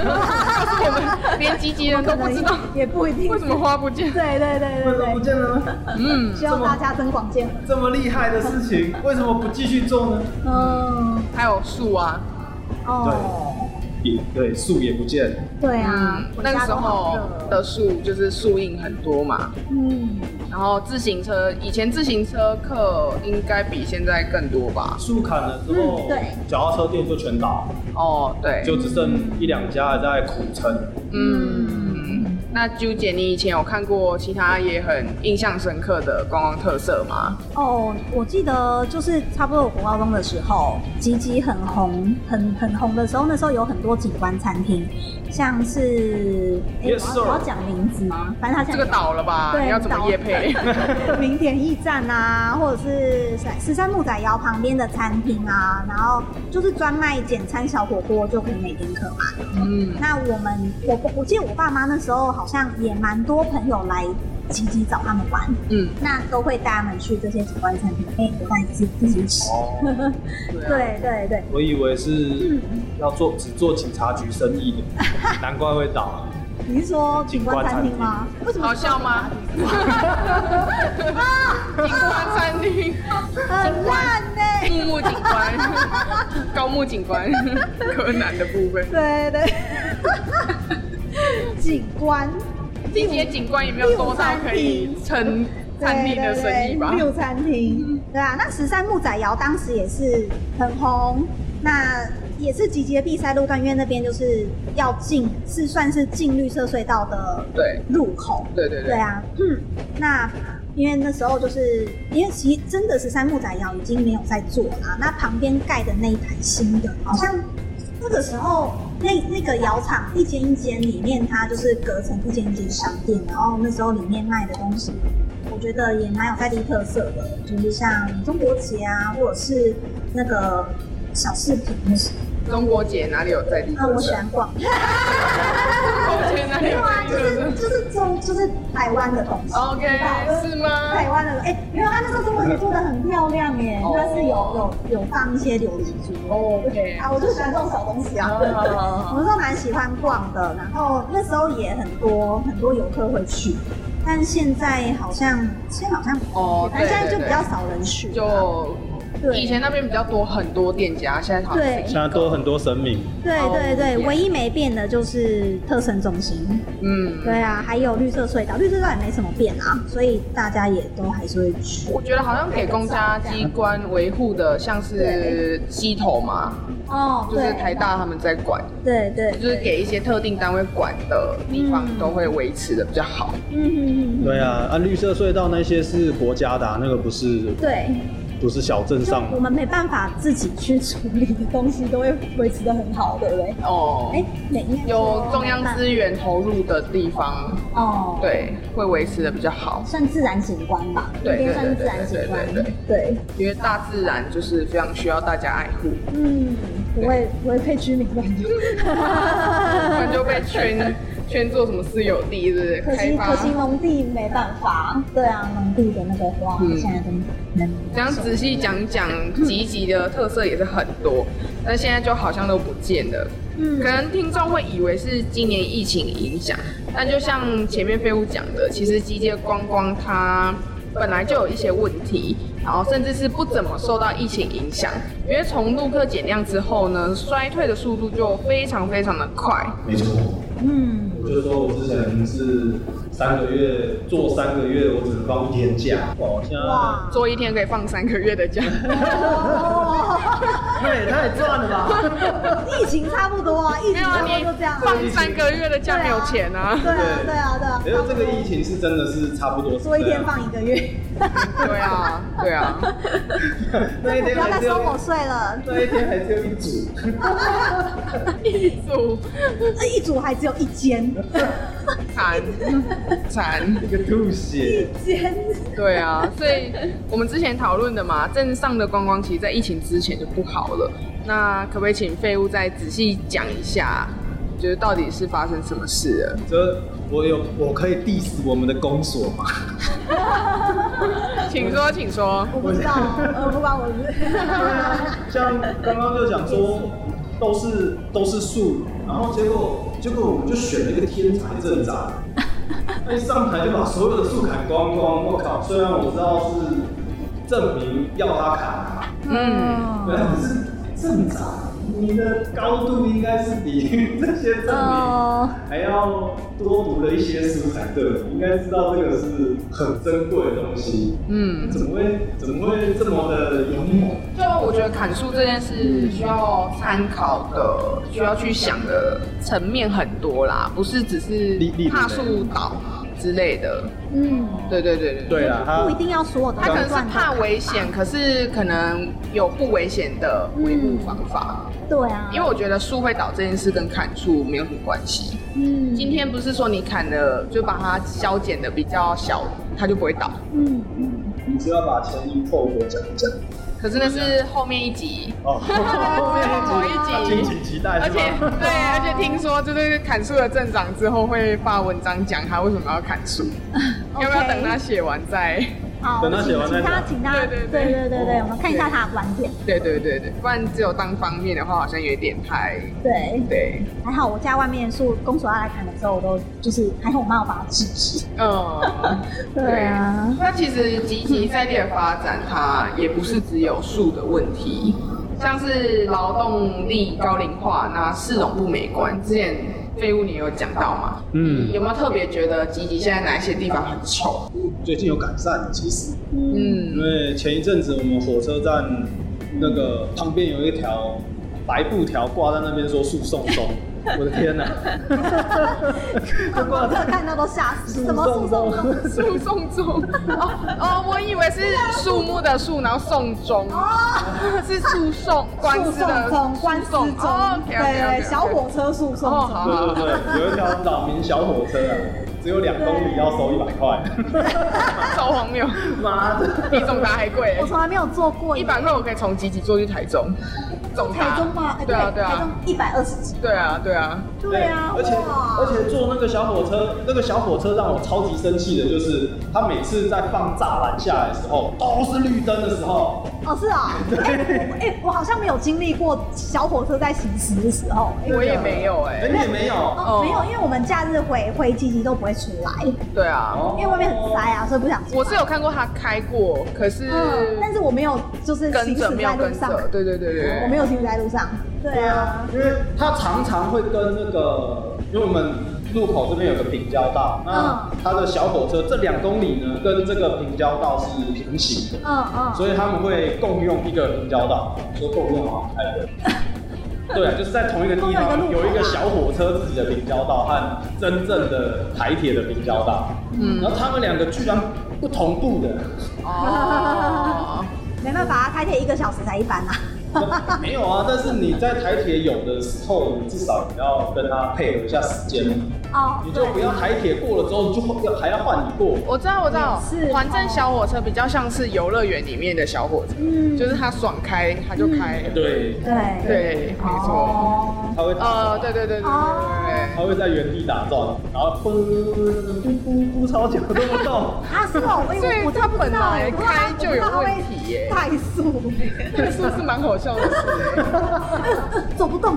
Speaker 1: 我们连吉吉人都不知道
Speaker 3: 也不一定
Speaker 1: 为什么花不见。
Speaker 3: 对对对
Speaker 2: 为什么
Speaker 3: 对
Speaker 2: 不
Speaker 3: 对，
Speaker 2: 见了？
Speaker 1: 嗯，
Speaker 3: 希望大家增广见闻。
Speaker 2: 这么厉害的事
Speaker 3: <laughs>
Speaker 2: 情，为什么不继续做呢？
Speaker 3: 嗯，
Speaker 1: 还有树啊，
Speaker 3: 哦，
Speaker 2: 也对，树也不见，
Speaker 3: 对啊
Speaker 1: 嗯，，
Speaker 3: 我
Speaker 1: 那
Speaker 3: 家
Speaker 1: 时
Speaker 3: 都好
Speaker 1: 候
Speaker 3: 热。
Speaker 1: 的树就是树荫很多嘛，
Speaker 3: 嗯，
Speaker 1: 然后自行车以前自行车课应该比现在更多吧？
Speaker 2: 树砍了之后
Speaker 3: 嗯对，嗯
Speaker 2: 脚踏车店就全倒，
Speaker 1: 哦，对，
Speaker 2: 就只剩一两家还在苦撑。
Speaker 1: 嗯，那啾姐，你以前有看过其他也很印象深刻的观光特色吗？
Speaker 3: 哦，我记得就是差不多我国高中的时候，吉吉很红，很很红的时候，那时候有很多景观餐厅，像是，哎、
Speaker 2: Yes,
Speaker 3: 我
Speaker 2: sir
Speaker 3: 要我要讲名字吗？反正它现
Speaker 1: 这
Speaker 3: 在
Speaker 1: 个倒了吧，
Speaker 3: 对
Speaker 1: 你要怎么夜配？
Speaker 3: <laughs> 名点驿站啊，或者是十三木仔窑旁边的餐厅啊，然后就是专卖简餐小火锅，就可以每天可买。
Speaker 1: 嗯，
Speaker 3: 那我们，我我记得我爸妈那时候好像也蛮多朋友来集集找他们玩，
Speaker 1: 嗯，
Speaker 3: 那都会带他们去这些景观餐厅，哎、我带你去自己吃。 <laughs>
Speaker 2: 哦，
Speaker 1: 啊，
Speaker 3: 对对对，
Speaker 2: 我以为是
Speaker 3: 嗯
Speaker 2: 要做只做警察局生意
Speaker 3: <laughs>
Speaker 2: 的，难怪会倒。啊
Speaker 3: 你是说景观餐厅吗？为什么
Speaker 1: 好笑 <laughs> 吗？景观餐厅，
Speaker 3: 很烂呢、 <laughs>
Speaker 1: 木木景观， <laughs> 高木景观，柯南的部分，
Speaker 3: 对对，景观。
Speaker 1: 这些景观也没有多到可以撑餐厅的生意吧？
Speaker 3: 六餐厅，对啊，那十三木仔窑当时也是很红，那也是集结必塞路段，因为那边就是要进，是算是进绿色隧道的
Speaker 1: 对
Speaker 3: 入口。
Speaker 1: 对对
Speaker 3: 对
Speaker 1: 对，
Speaker 3: 啊，嗯，那因为那时候就是因为其实真的十三木仔窑已经没有在做了，那旁边盖的那一排新的，好像那个时候那那个窑厂一间一间里面，它就是隔成一间一间商店，然后那时候里面卖的东西。我觉得也蛮有在地特色的，就是像中国结啊，或者是那个小饰品那些。
Speaker 1: 中国姐哪里有在地
Speaker 3: 那我
Speaker 1: 特
Speaker 3: 喜
Speaker 1: 色？
Speaker 3: 欢逛，
Speaker 1: 中国姐哪里
Speaker 3: 没
Speaker 1: 有
Speaker 3: 有啊
Speaker 1: 在，地特
Speaker 3: 就
Speaker 1: 色 <laughs>
Speaker 3: 是就是中就是台湾的东西。
Speaker 1: 哦？OK，是吗？
Speaker 3: 台湾的，哎、没有，他那时候中文做的很漂亮耶，
Speaker 1: 哦
Speaker 3: 他是有有有放一些琉璃珠
Speaker 1: 哦，OK
Speaker 3: 啊，我就喜欢这种小东西啊，我
Speaker 1: 啊，
Speaker 3: 那时候蛮喜欢逛的，然后那时候也很多很多游客会去，但现在好像现在好像，
Speaker 1: 哦，
Speaker 3: 反
Speaker 1: 对
Speaker 3: 正现在就
Speaker 1: 对
Speaker 3: 比较少人去，
Speaker 1: 就
Speaker 3: 对
Speaker 1: 以前那边比较多很多店家，现在好像
Speaker 3: 对
Speaker 1: 是
Speaker 2: 现在多很多神明，
Speaker 3: 对对对，
Speaker 1: 哦
Speaker 3: 唯一没变的就是特生中心，
Speaker 1: 嗯，
Speaker 3: 对啊，还有绿色隧道，绿色隧道也没什么变啊，所以大家也都还是会去。
Speaker 1: 我觉得好像给公家机关维护的，像是机头嘛，
Speaker 3: 哦
Speaker 1: 就是台，大他们在管，
Speaker 3: 对对，对
Speaker 1: 就是给一些特定单位管的地方
Speaker 3: 嗯
Speaker 1: 都会维持的比较好。
Speaker 3: 嗯嗯嗯，
Speaker 2: 对啊，啊绿色隧道那些是国家的啊、那个不是
Speaker 3: 对。
Speaker 2: 不是小镇
Speaker 3: 就
Speaker 2: 上
Speaker 3: 我
Speaker 2: 的。
Speaker 3: 们没办法自己去处理的东西，都会维持的很好，对不对？
Speaker 1: 哦，
Speaker 3: 哎、每一
Speaker 1: 有中央资源投入的地方，
Speaker 3: 哦，，
Speaker 1: 对，会维持的比较好。
Speaker 3: 算自然景观吧，
Speaker 1: 对
Speaker 3: 那边
Speaker 1: 对
Speaker 3: 算自然景观，
Speaker 1: 对对对
Speaker 3: 对，
Speaker 1: 因为大自然就是非常需要大家爱护，
Speaker 3: 嗯，不会不会被居民乱用，
Speaker 1: 不然就被
Speaker 3: <laughs>
Speaker 1: 圈圈做什么私有地，对不
Speaker 3: 可
Speaker 1: 对？
Speaker 3: 惜
Speaker 1: 开发
Speaker 3: 可惜农地没办法，对啊，农地的那个花、
Speaker 1: 嗯
Speaker 3: 现在都能
Speaker 1: 这样仔细讲讲，集集的特色也是很多，但现在就好像都不见了。
Speaker 3: 嗯
Speaker 1: 可能听众会以为是今年疫情影响，但就像前面废物讲的，其实集集的观光它本来就有一些问题，然后甚至是不怎么受到疫情影响，因为从陆客减量之后呢，衰退的速度就非常非常的快。
Speaker 2: 没错，
Speaker 3: 嗯，
Speaker 2: 我就说我之前是三个月做三个月，我只能放一天假。哦，现
Speaker 3: 哇
Speaker 2: 在，
Speaker 1: 做一天可以放三个月的 <laughs> 假，
Speaker 3: 哦，
Speaker 2: 哎那也太赚了吧！ <laughs>
Speaker 3: 疫情差不多啊，疫
Speaker 1: 没
Speaker 3: 情
Speaker 1: 有
Speaker 3: 差
Speaker 1: 啊，
Speaker 3: 不多
Speaker 1: 你
Speaker 3: 就
Speaker 1: 放
Speaker 3: 这样啊，
Speaker 1: 三个月的假没有钱啊。
Speaker 3: 对啊对啊对啊，
Speaker 2: 因为这个疫情是真的是差不多是这
Speaker 3: 说
Speaker 2: 样
Speaker 3: 一天，放一个月。
Speaker 1: 对啊，对啊。
Speaker 2: <laughs>
Speaker 1: <laughs>
Speaker 2: 那一
Speaker 3: 不
Speaker 2: 天
Speaker 3: 要
Speaker 2: 还
Speaker 3: 再
Speaker 2: 只有
Speaker 3: 收我税了，
Speaker 2: <laughs> 那一天还只有一组， <laughs>
Speaker 1: 组
Speaker 3: 一组还只有一间， <laughs>
Speaker 1: 惨惨，
Speaker 2: 一个吐
Speaker 3: <laughs>
Speaker 2: 血。
Speaker 3: 间
Speaker 1: 对啊，所以我们之前讨论的嘛，镇上的观光其实在疫情之前就不好了。那可不可以请废物再仔细讲一下，就是到底是发生什么事了？
Speaker 2: 这我有我可以 diss 我们的公所吗？
Speaker 1: 请说，请说。
Speaker 3: 我不知道，呃，不关我的事。
Speaker 2: <laughs> 像刚刚就讲说，都是都是树，然后结果结果我们就选了一个天才镇长，他一上台就把所有的树砍光光，我靠！虽然我知道是证明要他砍，啊
Speaker 1: 嗯，
Speaker 3: <laughs>
Speaker 2: 对，啊可是镇长。你的高度应该是比 <laughs> 这些证明
Speaker 3: 哦，
Speaker 2: 还要多读了一些书才对，你应该知道这个是很珍贵的东西。
Speaker 1: 嗯，
Speaker 2: 怎么会怎么会这么的勇猛？啊
Speaker 1: 就我觉得砍树这件事需要参考的，需要去想的层面很多啦，不是只是
Speaker 2: 例例如
Speaker 1: 怕
Speaker 2: 嘞
Speaker 1: 树倒之类的。
Speaker 3: 嗯，
Speaker 1: 对对对对。
Speaker 2: 对啊，他
Speaker 3: 不一定要所有的
Speaker 1: 他可能
Speaker 3: 判
Speaker 1: 是
Speaker 3: 断
Speaker 1: 怕危险，可是可能有不危险的维护方法。
Speaker 3: 对啊，
Speaker 1: 因为我觉得树会倒这件事跟砍树没有什么关系。
Speaker 3: 嗯
Speaker 1: 今天不是说你砍的就把它削减的比较小，它就不会倒。
Speaker 3: 嗯
Speaker 2: 你只要把前因后果讲一讲。
Speaker 1: 可是那是后面一集，
Speaker 3: <laughs>
Speaker 2: 哦，后
Speaker 1: 后面一
Speaker 2: 敬
Speaker 1: 集。
Speaker 2: 请期待
Speaker 1: 而
Speaker 2: 是
Speaker 1: 且
Speaker 2: 吧？
Speaker 1: <laughs> 对，而且听说就是砍树的镇长之后会发文章讲他为什么要砍树，要不要等他写完再？
Speaker 3: 好，
Speaker 2: 等他
Speaker 3: 请
Speaker 2: 写完再
Speaker 3: 请他
Speaker 2: 讲哦
Speaker 3: 请他，
Speaker 1: 对对
Speaker 3: 对
Speaker 1: 对
Speaker 3: 对对对我们看一下他的观点。
Speaker 1: 对对对对，不然只有单方面的话好像有点太
Speaker 3: 对，
Speaker 1: 对，
Speaker 3: 还好我家外面的树，公所要来砍的时候，我都就是还好我妈有把它制止。
Speaker 1: 嗯。
Speaker 3: 对啊，
Speaker 1: 那其实集体在地的发展，它也不是只有树的问题，像是劳动力高龄化，那市容不美观，之前废物你有讲到嘛？
Speaker 2: 嗯
Speaker 1: 有没有特别觉得集体现在哪一些地方很丑？
Speaker 2: 最近有改善，其实
Speaker 3: 嗯，
Speaker 2: 因
Speaker 1: 嗯，
Speaker 2: 为前一阵子我们火车站那个旁边有一条白布条挂在那边说诉讼
Speaker 3: <laughs>
Speaker 2: 中，我的天哪、
Speaker 3: 观
Speaker 1: 啊
Speaker 3: 光客看到都吓死，什么诉讼中？
Speaker 1: 树送终哦哦，我以为是树木的树，然后送终，是诉讼官司的
Speaker 3: 哦诉讼中，官司中，
Speaker 1: 哦，OK，OK，OK，OK，
Speaker 3: 对，小火车诉讼
Speaker 1: 哦
Speaker 3: 中。
Speaker 1: 好
Speaker 2: 对对对，有一条扰民小火车啊，只有两公里要收一百块，
Speaker 1: <laughs> 超荒谬，
Speaker 2: 妈的！
Speaker 1: 比总达还贵
Speaker 3: 我。从来没有做过
Speaker 1: 一百块我可以从集集坐去台中，总达
Speaker 3: 台中嘛，哎
Speaker 1: 对啊对
Speaker 3: 台中
Speaker 1: 啊，
Speaker 3: 一百二十几，
Speaker 1: 对啊对啊，
Speaker 3: 对啊，
Speaker 2: 而且
Speaker 3: 哇
Speaker 2: 而且坐那个小火车，那个小火车让我超级生气的就是，他每次在放栅栏下来的时候，都是绿灯的时候，
Speaker 3: 哦是
Speaker 2: <laughs>
Speaker 3: 啊，哎我哎我好像没有经历过小火车在行驶的时候，哎
Speaker 1: 我也没有哎、
Speaker 2: 哎、你也没有，
Speaker 3: 哦
Speaker 1: 哦
Speaker 3: 没有，因为我们假日回回基地都不会出来，
Speaker 1: 对啊，
Speaker 2: 哦
Speaker 3: 因为外面很塞啊，所以不想出来。
Speaker 1: 我是有看过他开过，可是
Speaker 3: 嗯，但是我没有就是
Speaker 1: 跟
Speaker 3: 行
Speaker 1: 着
Speaker 3: 驶
Speaker 1: 没
Speaker 3: 在
Speaker 1: 有
Speaker 3: 路
Speaker 1: 跟
Speaker 3: 上，哦
Speaker 1: 着，对对对对，
Speaker 3: 我没
Speaker 1: 有，
Speaker 3: 有行驶在路上，对
Speaker 2: 对
Speaker 3: 啊，
Speaker 2: 啊，因为它常常会跟那个，因为我们路口这边有个平交道，那
Speaker 3: 嗯
Speaker 2: 它的小火车这两公里呢，跟这个平交道是平行的，
Speaker 3: 嗯嗯，
Speaker 2: 所以他们会共用一个平交道，说共用啊，哎
Speaker 3: <laughs>
Speaker 2: 对。对啊，就是在同一个地方
Speaker 3: 共用一个路口啊
Speaker 2: 有一个小火车自己的平交道和真正的台铁的平交道，
Speaker 1: 嗯
Speaker 2: 然后他们两个居然不同步
Speaker 3: <laughs>
Speaker 2: 的，
Speaker 1: 哦，
Speaker 3: 没办法，台铁一个小时才一班啊。
Speaker 2: 没有啊，但是你在台铁有的时候，你至少你要跟他配合一下时间，
Speaker 3: 哦，
Speaker 2: 你就
Speaker 3: 对，
Speaker 2: 不要台铁过了之后你就换要还要换你过。
Speaker 1: 我知道我知道
Speaker 3: 是，哦
Speaker 1: 环镇小火车比较像是游乐园里面的小火车，
Speaker 3: 嗯
Speaker 1: 就是他爽开他就开，
Speaker 2: 对，
Speaker 3: 对
Speaker 1: 对，没错，
Speaker 3: 哦
Speaker 2: 他会
Speaker 1: 呃，
Speaker 2: 打，
Speaker 1: 对对对对对
Speaker 3: 哦
Speaker 1: 对
Speaker 2: 他会在原地打转，然后噗噗噗超久都不动。
Speaker 3: 啊，是哦，哎
Speaker 1: 所以
Speaker 3: 我我真的不知道
Speaker 1: 它本来
Speaker 3: 哎，我不知道它
Speaker 1: 开就有问题耶
Speaker 3: 我不知道它会怠
Speaker 1: 对对，这 <laughs> 是不是蛮好笑的事？欸
Speaker 3: <laughs> 速， <laughs> 走不动。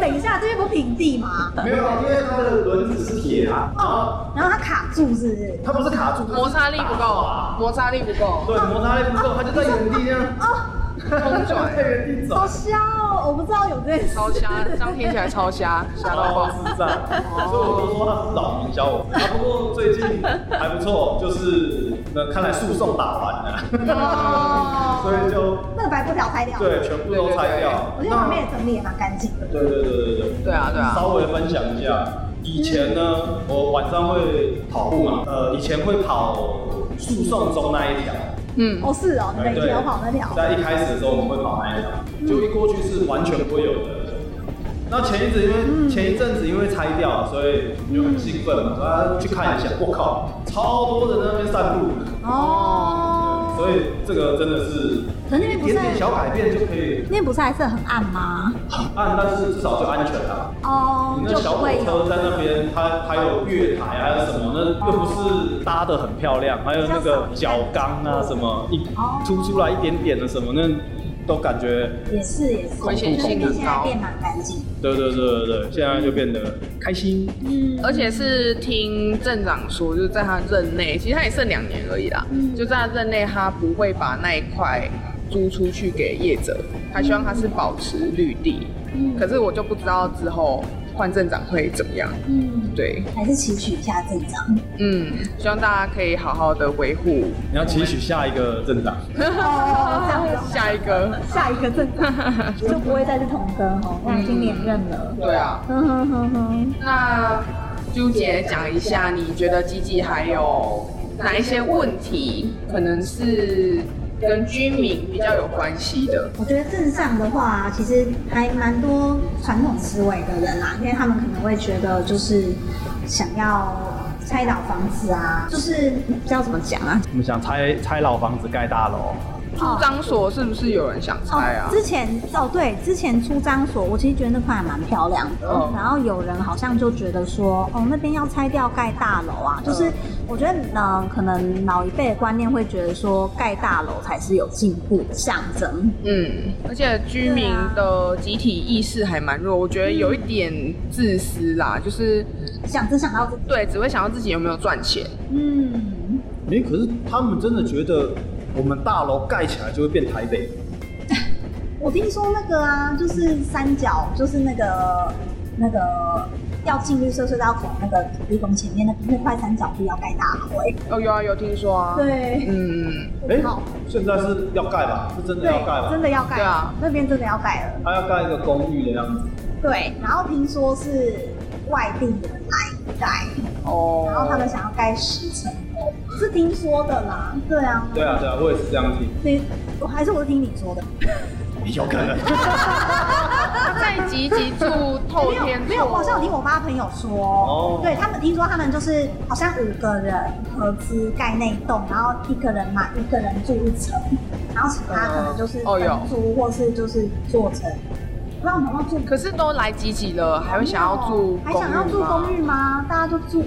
Speaker 3: 等一下，这边不是平地吗？
Speaker 2: 没有啊，因为它的轮子是铁啊，然后
Speaker 3: 哦，然后它卡住是不是？
Speaker 2: 它不是卡住，
Speaker 1: 摩擦力不够
Speaker 2: 啊，，
Speaker 1: 摩擦力不够，
Speaker 2: 对，摩擦力不够，它就在原地这样
Speaker 3: 哦，
Speaker 1: 空转
Speaker 2: <laughs> 在原地走
Speaker 3: 好，瞎哦，我不知道有这件事。
Speaker 1: 超瞎，这样听起来超瞎，瞎到
Speaker 2: 超
Speaker 1: 爆。
Speaker 2: 智障，所以我都说他是扰民小伙。啊，不过最近还不错，就是那看来诉讼打完
Speaker 1: 哦
Speaker 2: 了， <laughs> 所以就
Speaker 3: <laughs> 那个白布条拆掉。
Speaker 2: 对全部都拆掉
Speaker 3: 我。觉得旁边
Speaker 2: 那
Speaker 3: 也整理也蛮干净的。
Speaker 2: 对对对对对，
Speaker 1: 对啊对啊
Speaker 2: 稍微分享一下，以前呢，我晚上会跑步嘛，呃，以前会跑诉讼中那一条。
Speaker 1: 嗯，
Speaker 3: 哦，是哦，你
Speaker 2: 哎
Speaker 3: 们以前有跑那条。
Speaker 2: 在一开始的时候，我们会跑那一条，就一过去是完全不会有的。那前一阵因
Speaker 3: 嗯
Speaker 2: 为前一阵子因为拆掉了，所以你就很兴奋嘛，说啊去看一下，我靠，超多人在那边散步，
Speaker 3: 哦，
Speaker 2: 所以这个真的是
Speaker 3: 可是那边
Speaker 2: 一
Speaker 3: 不是
Speaker 2: 点点小改变就可以
Speaker 3: 那边不是还是很暗吗？
Speaker 2: 很暗，但是至少就安全啦。
Speaker 3: 哦
Speaker 2: 你，那
Speaker 3: 就
Speaker 2: 小
Speaker 3: 不
Speaker 2: 火
Speaker 3: 会
Speaker 2: 车
Speaker 3: 有。
Speaker 2: 在那边，它还有月台啊还有什么，那又不是搭的
Speaker 3: 哦
Speaker 2: 很漂亮，还有那个角钢啊什么，一凸出来一点点的什么，那都感觉，
Speaker 3: 也是也是，
Speaker 1: 危险
Speaker 3: 就是
Speaker 1: 性
Speaker 3: 你
Speaker 1: 很
Speaker 3: 现在
Speaker 1: 高
Speaker 3: 变蛮干净，
Speaker 2: 对对对对对，现在就变得开心。
Speaker 3: 嗯，
Speaker 1: 而且是听镇长说，就是在他任内，其实他也剩两年而已啦。
Speaker 3: 嗯
Speaker 1: 就在他任内，他不会把那一块租出去给业者，他希望他是保持绿地。
Speaker 3: 嗯
Speaker 1: 可是我就不知道之后换镇长会怎么样。
Speaker 3: 嗯，
Speaker 1: 对，
Speaker 3: 还是期许一下正常。
Speaker 1: 嗯，希望大家可以好好的维护
Speaker 2: 你要期许下一个镇长，
Speaker 3: 哦，这样子哦
Speaker 1: 下一个。
Speaker 3: <laughs> 下一个正常就不会再是童哥哦，他已经连任了。
Speaker 1: 对啊，
Speaker 3: 哼哼哼哼，
Speaker 1: 那朱姐讲一下，你觉得基基还有哪一些问题，可能是跟居民比较有关系的？
Speaker 3: 我觉得镇上的话，其实还蛮多传统思维的人啦，因为他们可能会觉得就是想要拆倒房子啊，就是不知道怎么讲啊，
Speaker 2: 我们想拆拆老房子盖大楼，
Speaker 1: 住张所是不是有人想拆啊
Speaker 3: 哦哦，？之前哦对，之前出张所，我其实觉得那块还蛮漂亮的。
Speaker 1: 嗯
Speaker 3: 然后有人好像就觉得说，哦那边要拆掉盖大楼啊，就是我觉得嗯、呃可能老一辈的观念会觉得说盖大楼才是有进步的象征。
Speaker 1: 嗯，而且居民
Speaker 3: 啊
Speaker 1: 的集体意识还蛮弱，我觉得有
Speaker 3: 嗯
Speaker 1: 一点自私啦，就是
Speaker 3: 想只想到这，
Speaker 1: 对，只会想到自己有没有赚钱。
Speaker 3: 嗯，
Speaker 2: 哎、可是他们真的觉得我们大楼盖起来就会变台北，
Speaker 3: 我听说那个啊，就是三角，就是那个那个。要进绿色隧道口那个土地公前面那那块三角地要盖大楼、欸，
Speaker 1: 哦，有啊，有听说啊。。
Speaker 3: 对，
Speaker 1: 嗯，
Speaker 2: 哎、
Speaker 3: 好
Speaker 2: 现在是要盖吧？是真的
Speaker 3: 对
Speaker 2: 要盖，吧
Speaker 3: 真？的要盖，
Speaker 1: 对啊
Speaker 3: 那边真的要盖了。
Speaker 2: 他要盖一个公寓的样子，
Speaker 3: 对，然后听说是外地人来盖，
Speaker 1: 哦。
Speaker 3: 然后他们想要盖十层楼，是听说的啦。对啊，
Speaker 2: 对啊对啊，我也是这样听，
Speaker 3: 你我还是我是听你说的，
Speaker 2: 有可能。
Speaker 1: 在集集住透
Speaker 3: <laughs> 没有
Speaker 1: 天厝，
Speaker 3: 没有，我好像有听我妈朋友说，
Speaker 2: 哦
Speaker 3: 对他们听说他们就是好像五个人合资盖那一栋，然后一个人买一个人住一层，然后其他可能就是
Speaker 1: 嗯哦有
Speaker 3: 分租或是就是做成，不知道有没有住
Speaker 1: 可是都来集集了，还会想要住
Speaker 3: 还想要住公
Speaker 1: 寓
Speaker 3: 寓吗？大家就住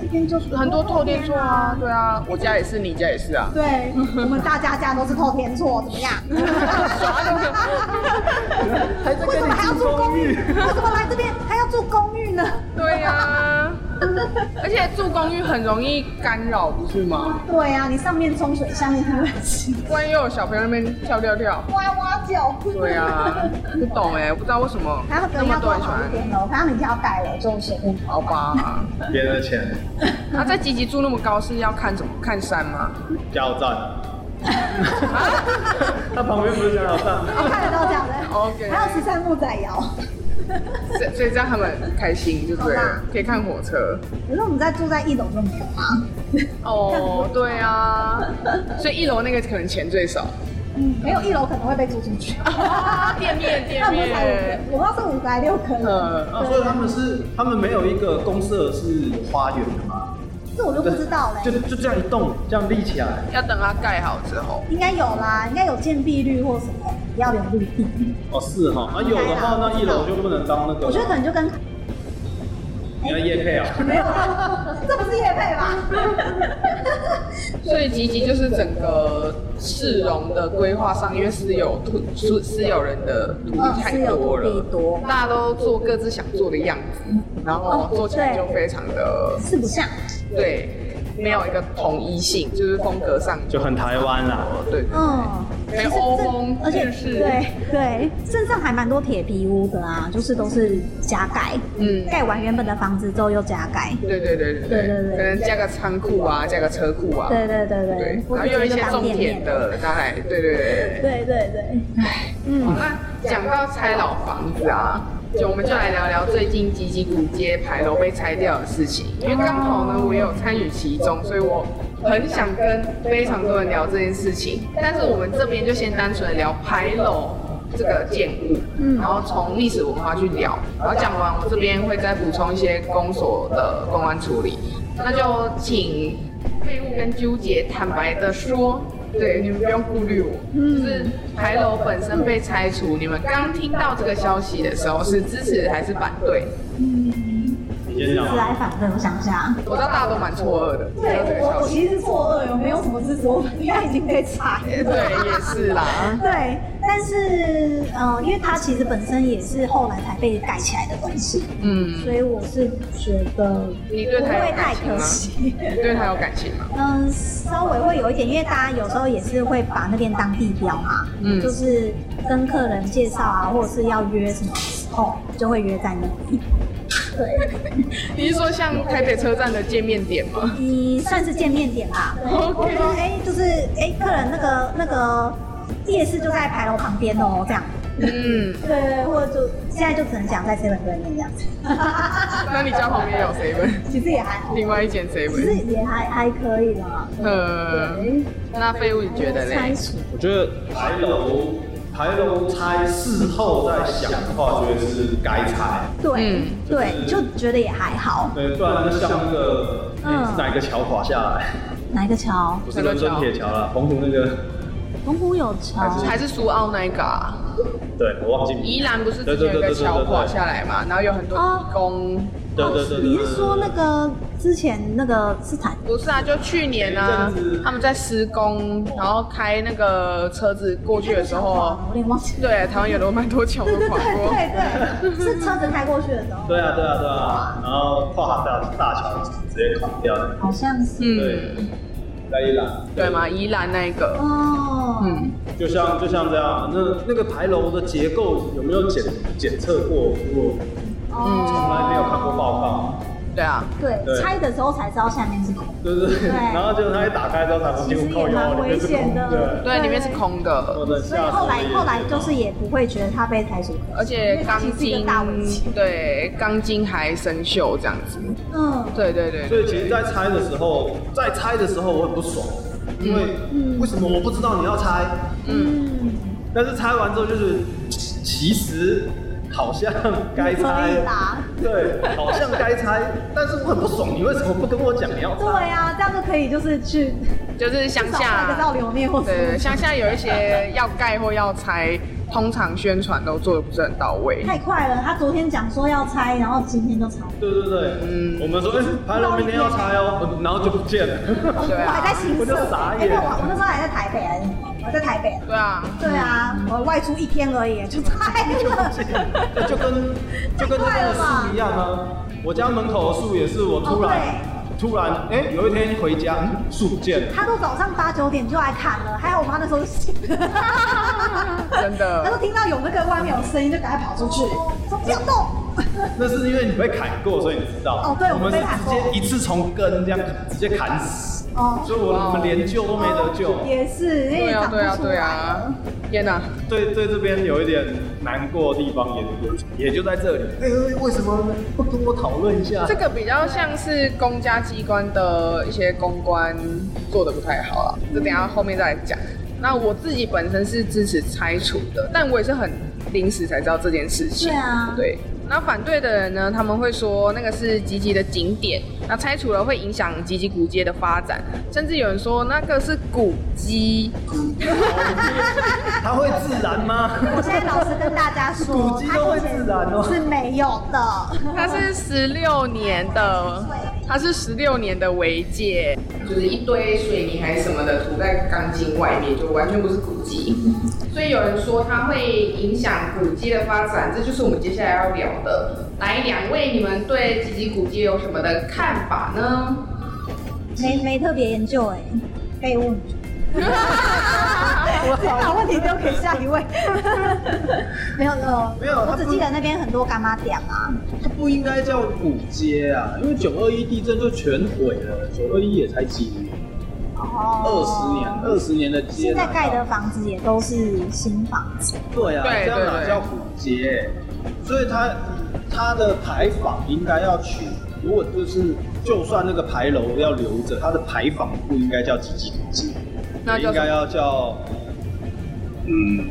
Speaker 3: 这边就
Speaker 1: 吗？很多透天厝啊
Speaker 3: 啊，
Speaker 1: 对啊，我家也是，你家也是啊。
Speaker 3: 对，我们大家家都是透天错，怎么样？
Speaker 2: <laughs> 还在
Speaker 3: 为什
Speaker 2: 跟
Speaker 3: 么还要
Speaker 2: 你
Speaker 3: 住
Speaker 2: 住
Speaker 3: 公
Speaker 2: 公
Speaker 3: 寓？
Speaker 2: 寓？
Speaker 3: 为什么来这边还要住公寓呢？
Speaker 1: 对 <laughs> 呀，而且住公寓很容易干扰，不是吗？
Speaker 3: 对啊，你上面冲水，下面还会起
Speaker 1: 万一又有小朋友在那边跳跳跳，
Speaker 3: 哇哇叫。
Speaker 1: 对 <laughs>
Speaker 3: <laughs>
Speaker 1: 啊，不懂哎、我不知道为什么
Speaker 3: 他们可
Speaker 1: 那
Speaker 3: 能
Speaker 1: 么
Speaker 3: 要
Speaker 1: 多
Speaker 3: 多
Speaker 1: 人喜
Speaker 3: 好一
Speaker 1: 欢。
Speaker 3: 点哦，反正你家要盖了，就随便
Speaker 1: 好吧，
Speaker 2: <laughs> 别人的钱，
Speaker 1: 他在集集住那么高是要看什么？看山 <laughs> 吗？啊
Speaker 2: 加油站。他旁边不是加油站吗？
Speaker 3: 我哦看得到这样的。
Speaker 1: OK
Speaker 3: 还有十三木仔窑。
Speaker 1: 所以所以这样他们很开心就对
Speaker 3: 好
Speaker 1: 了
Speaker 3: 吧，
Speaker 1: 可以看火车。
Speaker 3: 可是我们在住在一楼就没有啊。
Speaker 1: 哦，对啊，所以一楼那个可能钱最少。
Speaker 3: 嗯，没有一楼可能会被租出去。 <laughs>
Speaker 1: 店面店
Speaker 3: 那不是才五
Speaker 1: 面，
Speaker 3: 个，我要是五个还六个人，
Speaker 1: 呃，
Speaker 2: 啊，所以他们是他们没有一个公社是有花园的嘛？
Speaker 3: 这我就不知道嘞
Speaker 2: 就。就这样一栋这样立起来，
Speaker 1: 要等它盖好之后。
Speaker 3: 应该有啦，应该有建蔽率或什么，不要有绿地。
Speaker 2: 哦是哈，啊有的话那一楼就不能当那个。
Speaker 3: 我觉得可能就跟
Speaker 2: 你要叶配啊，
Speaker 3: 没有，这不是叶配吧？
Speaker 1: 所以集集就是整个市容的规划上，因为私有土私私有人的土地太多
Speaker 3: 嗯私有
Speaker 1: 了
Speaker 3: 土地多，
Speaker 1: 大家都做各自想做的样子，然后做起来就非常的
Speaker 3: 四不像，
Speaker 1: 对，没有一个统一性，就是风格上
Speaker 2: 就很台湾啦。
Speaker 1: 对，
Speaker 3: 嗯，
Speaker 1: 没有欧风，
Speaker 3: 而且
Speaker 1: 日式，
Speaker 3: 对对，镇上还蛮多铁皮屋的啊，就是都是加盖，
Speaker 1: 嗯，
Speaker 3: 盖完原本的房子之后又加盖，
Speaker 1: 对对对对
Speaker 3: 对对对
Speaker 1: 可能加个仓库啊，加个车库啊，
Speaker 3: 对对对
Speaker 1: 对
Speaker 3: 对，，
Speaker 1: 然后又有一些重点
Speaker 3: 的，
Speaker 1: 的，当然，对对对。
Speaker 3: 对对对，嗯，
Speaker 1: 那讲到拆老房子啊，就我们就来聊聊最近吉吉古街牌楼被拆掉的事情。因为刚好呢，我也有参与其中，所以我很想跟非常多人聊这件事情。但是我们这边就先单纯的聊牌楼这个建物，
Speaker 3: 嗯
Speaker 1: 然后从历史文化去聊。然后讲完，我这边会再补充一些公所的公安处理。那就请废物跟纠结坦白的说，对你们不用顾虑我，就是牌楼本身被拆除，你们刚听到这个消息的时候是支持还是反对？
Speaker 2: 你先
Speaker 3: 是
Speaker 2: 讲啊。
Speaker 3: 来反对，我想一下。
Speaker 1: 我知道大家都蛮错愕的，听
Speaker 3: 嗯
Speaker 1: 到这个消息，
Speaker 3: 其实是错愕，我没有什么支持，我应该已经被裁
Speaker 1: 对，也是啦。
Speaker 3: 对，但是，呃，因为它其实本身也是后来才被盖起来的东西，
Speaker 1: 嗯，
Speaker 3: 所以我是觉得
Speaker 1: 你对
Speaker 3: 不
Speaker 1: 他
Speaker 3: 会
Speaker 1: 有感
Speaker 3: 太
Speaker 1: 情
Speaker 3: 可
Speaker 1: 吗？
Speaker 3: 惜。
Speaker 1: 你对他有感情吗？
Speaker 3: 嗯，稍微会有一点，因为大家有时候也是会把那边当地标嘛，
Speaker 1: 嗯
Speaker 3: 就是跟客人介绍啊，或者是要约什么时候，就会约在那里。
Speaker 1: 你是说像台北车站的见面点
Speaker 3: <laughs>
Speaker 1: 吗？
Speaker 3: 你算是见面点吧。
Speaker 1: OK
Speaker 3: 我说，哎、就是哎、客人那个那个夜市就在牌楼旁边哦，这样。
Speaker 1: 嗯，
Speaker 3: 对，或者就现在就只能讲在 seven 对面这样子，
Speaker 1: 那你家旁边有 seven，
Speaker 3: 其实也还好，
Speaker 1: 另外一间
Speaker 3: 其实
Speaker 1: seven，
Speaker 3: 也还还可以啦。
Speaker 1: 呃，
Speaker 3: 对，
Speaker 1: 那废物你觉得嘞
Speaker 3: 拆？除
Speaker 2: 我觉得
Speaker 5: 牌楼
Speaker 2: 牌楼拆事后再想的话，觉得是
Speaker 5: 该拆，
Speaker 3: 对、
Speaker 1: 嗯
Speaker 3: 对，就觉得也还好。
Speaker 2: 对，不
Speaker 5: 不然
Speaker 2: 然像
Speaker 5: 像
Speaker 2: 那
Speaker 5: 那
Speaker 2: 个
Speaker 5: 个
Speaker 3: 嗯
Speaker 2: 是哪一个桥垮下来，
Speaker 3: 哪一个桥？
Speaker 2: 不是伦敦铁桥啦，澎湖那个，
Speaker 3: 澎湖有桥，
Speaker 1: 还是苏澳那一个啊？
Speaker 2: 对我忘记名字。
Speaker 1: 宜兰不是之前有一个桥垮下来嘛，然后有很多
Speaker 3: 哦
Speaker 1: 义工。
Speaker 2: 对对对对对对
Speaker 3: 你是说那个之前那个是台？
Speaker 1: 不是啊，就去年啊
Speaker 2: 前一阵子，
Speaker 1: 他们在施工，然后开那个车子过去的时候，
Speaker 3: 我有点忘记。
Speaker 1: 对，台湾有的蛮多桥
Speaker 3: 对
Speaker 1: 都
Speaker 3: 对
Speaker 1: 垮
Speaker 3: 对
Speaker 1: 过。
Speaker 3: 对对，是车子开过去的时候，
Speaker 2: 对啊对啊对啊，然后跨大大桥直接垮掉的，
Speaker 3: 好像是。
Speaker 2: 对
Speaker 1: 嗯，，
Speaker 2: 在宜兰，
Speaker 1: 对嘛，宜兰那一个，
Speaker 3: 哦，
Speaker 1: 嗯，
Speaker 2: 就像就像这样，那那个牌楼的结构有没有检检测过？我
Speaker 3: 哦
Speaker 2: 从来没有看过报告，
Speaker 1: 对啊，
Speaker 3: 对，
Speaker 2: 对
Speaker 3: 拆的时候才知道下面是空。
Speaker 2: 对不对？
Speaker 3: 对
Speaker 2: 然后结果它一打开之后，才发
Speaker 3: 其
Speaker 2: 现
Speaker 3: 实
Speaker 2: 靠
Speaker 3: 也蛮
Speaker 2: 腰里
Speaker 3: 危
Speaker 2: 面是
Speaker 3: 险
Speaker 2: 空
Speaker 3: 的
Speaker 2: 的。
Speaker 1: 对，里面是空的，
Speaker 2: 我的
Speaker 3: 所以
Speaker 2: 吓死
Speaker 3: 后来
Speaker 2: 我了
Speaker 3: 后来就是也不会觉得它被拆除可惜，
Speaker 1: 而
Speaker 3: 因
Speaker 1: 且
Speaker 3: 为它
Speaker 1: 钢
Speaker 3: 其实是一
Speaker 1: 筋
Speaker 3: 个大危机。
Speaker 1: 对，钢筋还生锈这样子，
Speaker 3: 嗯，
Speaker 1: 对对对，
Speaker 2: 所以其实，在拆的时候，在拆的时候我很不爽，因为
Speaker 3: 嗯
Speaker 2: 为什么我不知道你要拆？
Speaker 1: 嗯，
Speaker 3: 嗯，
Speaker 2: 但是拆完之后就是，其实好像该
Speaker 3: 可嗯以
Speaker 2: 拆，
Speaker 3: 啦。
Speaker 2: 对，好像该拆，但是我很不爽，你为什么不跟我讲你要
Speaker 3: 对
Speaker 2: 拆？
Speaker 3: 啊，这样就可以就是去
Speaker 1: 就是乡
Speaker 3: 至少
Speaker 1: 下
Speaker 3: 拍个照留念或什
Speaker 1: 对，
Speaker 3: 么，
Speaker 1: 乡下有一些要盖或要拆，通常宣传都做的不是很到位。
Speaker 3: 太快了。他昨天讲说要拆，然后今天就拆。
Speaker 2: 对对对，
Speaker 1: 嗯
Speaker 2: 我们说，哎、牌楼明天要拆哦，然后就不见了。
Speaker 1: 对
Speaker 3: 我
Speaker 1: 啊
Speaker 3: 还在行
Speaker 2: 我
Speaker 3: 色，
Speaker 2: 就傻眼
Speaker 3: 哎我我那时候还在台北还是什么？我还在台北。
Speaker 1: 对啊，
Speaker 3: 对啊，我外出一天而已，就拆了。
Speaker 2: <laughs> 那就跟就跟这边的树一样啊，我家门口的树也是，我突然、
Speaker 3: 哦
Speaker 2: 突然，哎、有一天回家，嗯，树不见了。
Speaker 3: 他都早上八九点就来砍了，还好我妈那时候就醒了，
Speaker 1: 真的
Speaker 3: <laughs> 她都听到有那个外面有声音，就赶快跑出去，说不要动。
Speaker 2: 那是因为你被砍过，所以你知道。
Speaker 3: 哦对我
Speaker 2: 我们
Speaker 3: 被
Speaker 2: 是
Speaker 3: 砍
Speaker 2: 直
Speaker 3: 过
Speaker 2: 接一次从根这样直接砍死，
Speaker 3: 哦，
Speaker 2: 所以我们连救都没得救。
Speaker 3: 也是，因
Speaker 1: 对
Speaker 3: 为
Speaker 1: 啊
Speaker 3: 长不哦
Speaker 1: 对啊
Speaker 3: 出
Speaker 1: 对
Speaker 3: 来
Speaker 1: 啊
Speaker 3: 了。，
Speaker 1: 天哪！
Speaker 2: 对对，这边有一点难过的地方也也就在这里。哦哎、为什么不跟我讨论一下？
Speaker 1: 这个比较像是公家机关的一些公关做的不太好了，这等一下后面再来讲。那我自己本身是支持拆除的，但我也是很临时才知道这件事情。
Speaker 3: 对啊
Speaker 1: 对。那反对的人呢，他们会说那个是吉吉的景点，那拆除了会影响吉吉古街的发展，甚至有人说那个是古迹，
Speaker 2: 它会自燃吗？
Speaker 3: 我现在老实跟大家说，
Speaker 2: 古迹都会
Speaker 3: 它以前
Speaker 2: 自燃哦
Speaker 3: 是没有的。
Speaker 1: 它是十六年的，它是十六年的违界，就是一堆水泥还是什么的涂在钢筋外面，就完全不是古迹。所以有人说它会影响古迹的发展，这就是我们接下来要聊的。来，两位，你们对吉吉古街有什么的看法呢？ <laughs>
Speaker 3: 没没特别研究哎、可以 <laughs> 问。直接把问题丢给下一位。没有呃，
Speaker 2: 没有
Speaker 3: 我
Speaker 2: 他
Speaker 3: 只
Speaker 2: 不
Speaker 3: 记得那边很多干妈店啊。
Speaker 2: 它不应该叫古街啊，因为九二一地震就全毁了，九二一也才几年，
Speaker 3: 哦，
Speaker 2: 二十年，二。十年的街
Speaker 3: 现在
Speaker 2: 哪叫
Speaker 3: 盖的房子也都是新房子，
Speaker 2: 对啊，
Speaker 1: 对
Speaker 2: 这样
Speaker 1: 对
Speaker 2: 哪叫古街？所以它它的牌坊应该要取，如果就是就算那个牌楼要留着，它的牌坊不应该叫吉吉古街，
Speaker 1: 那叫
Speaker 2: 应
Speaker 1: 什么
Speaker 2: 该要叫嗯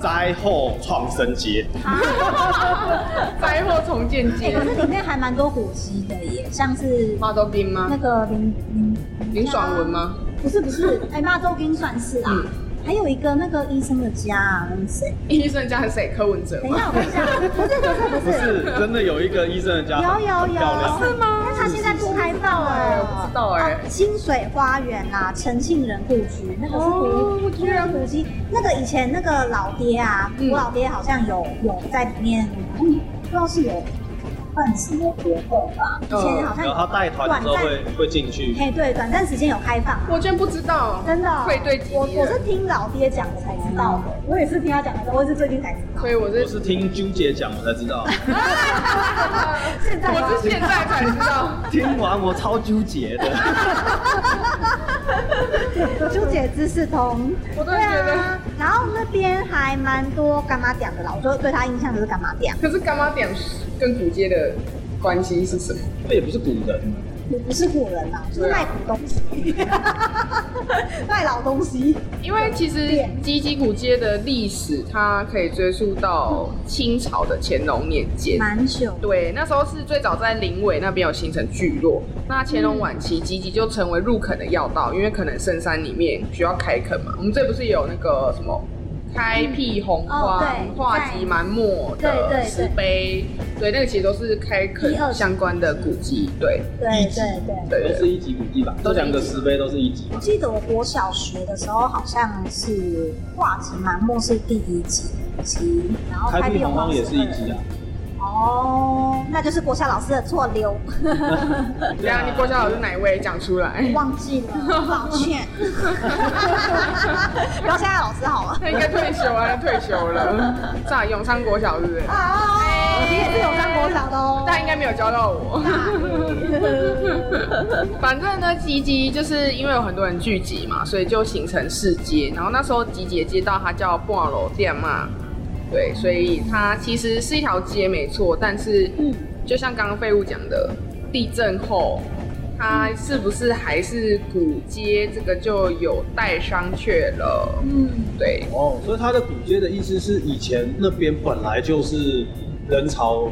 Speaker 2: 灾后创生街。
Speaker 3: <laughs>
Speaker 1: 灾后重建
Speaker 3: 哎、
Speaker 1: 街
Speaker 3: 可，是里面还蛮多古迹的耶，像是
Speaker 1: 猫头兵
Speaker 3: 那
Speaker 1: 吗？
Speaker 3: 个林林
Speaker 1: 林爽文？吗？
Speaker 3: 不是不是，哎、妈周斌算是啊，
Speaker 1: 嗯
Speaker 3: 还有一个那个医生的家、啊，那是谁？
Speaker 1: 医生家是谁？柯文哲
Speaker 3: 等一
Speaker 1: 吗？
Speaker 3: 下，我看一下，不是不是不
Speaker 2: 不
Speaker 3: 是，
Speaker 2: 是，真的有一个医生的家
Speaker 3: 有有
Speaker 2: 很漂亮
Speaker 3: 有，是吗？但他现在不开放
Speaker 1: 哎
Speaker 3: 了，
Speaker 1: 不知道哎、
Speaker 3: 清水花园啦、诚信人故居，那个是古、
Speaker 1: 哦我居
Speaker 3: 那
Speaker 1: 然
Speaker 3: 个古迹，那个以前那个老爹啊，
Speaker 1: 嗯
Speaker 3: 我老爹好像有有在里面，嗯，不知道是有办什么活动吧，以前好像
Speaker 2: 然
Speaker 3: 有
Speaker 2: 后他带团之后会会进去，
Speaker 3: 哎、对，短暂时间有开放。啊
Speaker 1: 我居然不知道，
Speaker 3: 真的哦、
Speaker 1: 愧对基
Speaker 3: 我
Speaker 1: 因
Speaker 3: 我是听老爹讲才知道的，我也是听他讲的时候，我也是最近才知道。
Speaker 1: 所以我
Speaker 2: 我
Speaker 1: 是
Speaker 2: 是听纠姐讲我才知
Speaker 3: <laughs>
Speaker 2: 道，
Speaker 3: 现在
Speaker 1: <laughs> 我是现在才知道。
Speaker 2: 听完我超纠结的。
Speaker 3: <laughs> 朱姐知识通，啊
Speaker 1: 我都觉得，
Speaker 3: 然后那边还蛮多干妈店的啦，我就对他印象就是干妈店，
Speaker 1: 可是干妈店跟古街的关系是什么？
Speaker 2: 这也不是古人，
Speaker 3: 也不是古人啦，就是
Speaker 1: 对啊
Speaker 3: 卖古东西， <laughs> 卖老东西。
Speaker 1: 因为其实
Speaker 3: 店
Speaker 1: 吉吉古街的历史，它可以追溯到清朝的乾隆年间。
Speaker 3: 蛮久的。
Speaker 1: 对，那时候是最早在临尾那边有形成聚落。那乾隆晚期，吉吉就成为入垦的要道，因为可能深山里面需要开垦嘛。我们这不是有那个什么开辟洪荒、
Speaker 3: 嗯哦对
Speaker 1: 化吉蛮末
Speaker 3: 对对
Speaker 1: 的
Speaker 3: 对
Speaker 1: 石碑，对，那个其实都是开垦
Speaker 3: 一二
Speaker 1: 相关的古迹。对，
Speaker 3: 对对对，
Speaker 1: 对对
Speaker 2: 都是一级古迹吧？这两个石碑都是一级
Speaker 3: 我。记得我国小学的时候好像是《画集盲目》是第一集集，然后
Speaker 2: 开
Speaker 3: 辟
Speaker 2: 辟红
Speaker 3: 红荒
Speaker 2: 荒也是一
Speaker 3: 集
Speaker 2: 级啊。
Speaker 3: 哦，那就是国小老师的错溜， <laughs>
Speaker 1: 对啊，你国小老师哪一位讲出来？
Speaker 3: 忘记
Speaker 1: <laughs>
Speaker 3: 了，抱歉。然后现在老师好了。
Speaker 1: 他应该退休啊了，他退休了，在永昌国小是不是？
Speaker 3: 啊，你也是有上国小的哦。
Speaker 1: 哎但应该没有教到我。 <laughs> 反正呢，集集就是因为有很多人聚集嘛，所以就形成市街。然后那时候集结街道它叫半楼店嘛，对，所以它其实是一条街没错，但是
Speaker 3: 嗯
Speaker 1: 就像刚刚废物讲的，地震后。它是不是还是古街？这个就有待商榷了。
Speaker 3: 嗯，
Speaker 1: 对，
Speaker 2: 哦，所以它的古街的意思是以前那边本来就是人潮，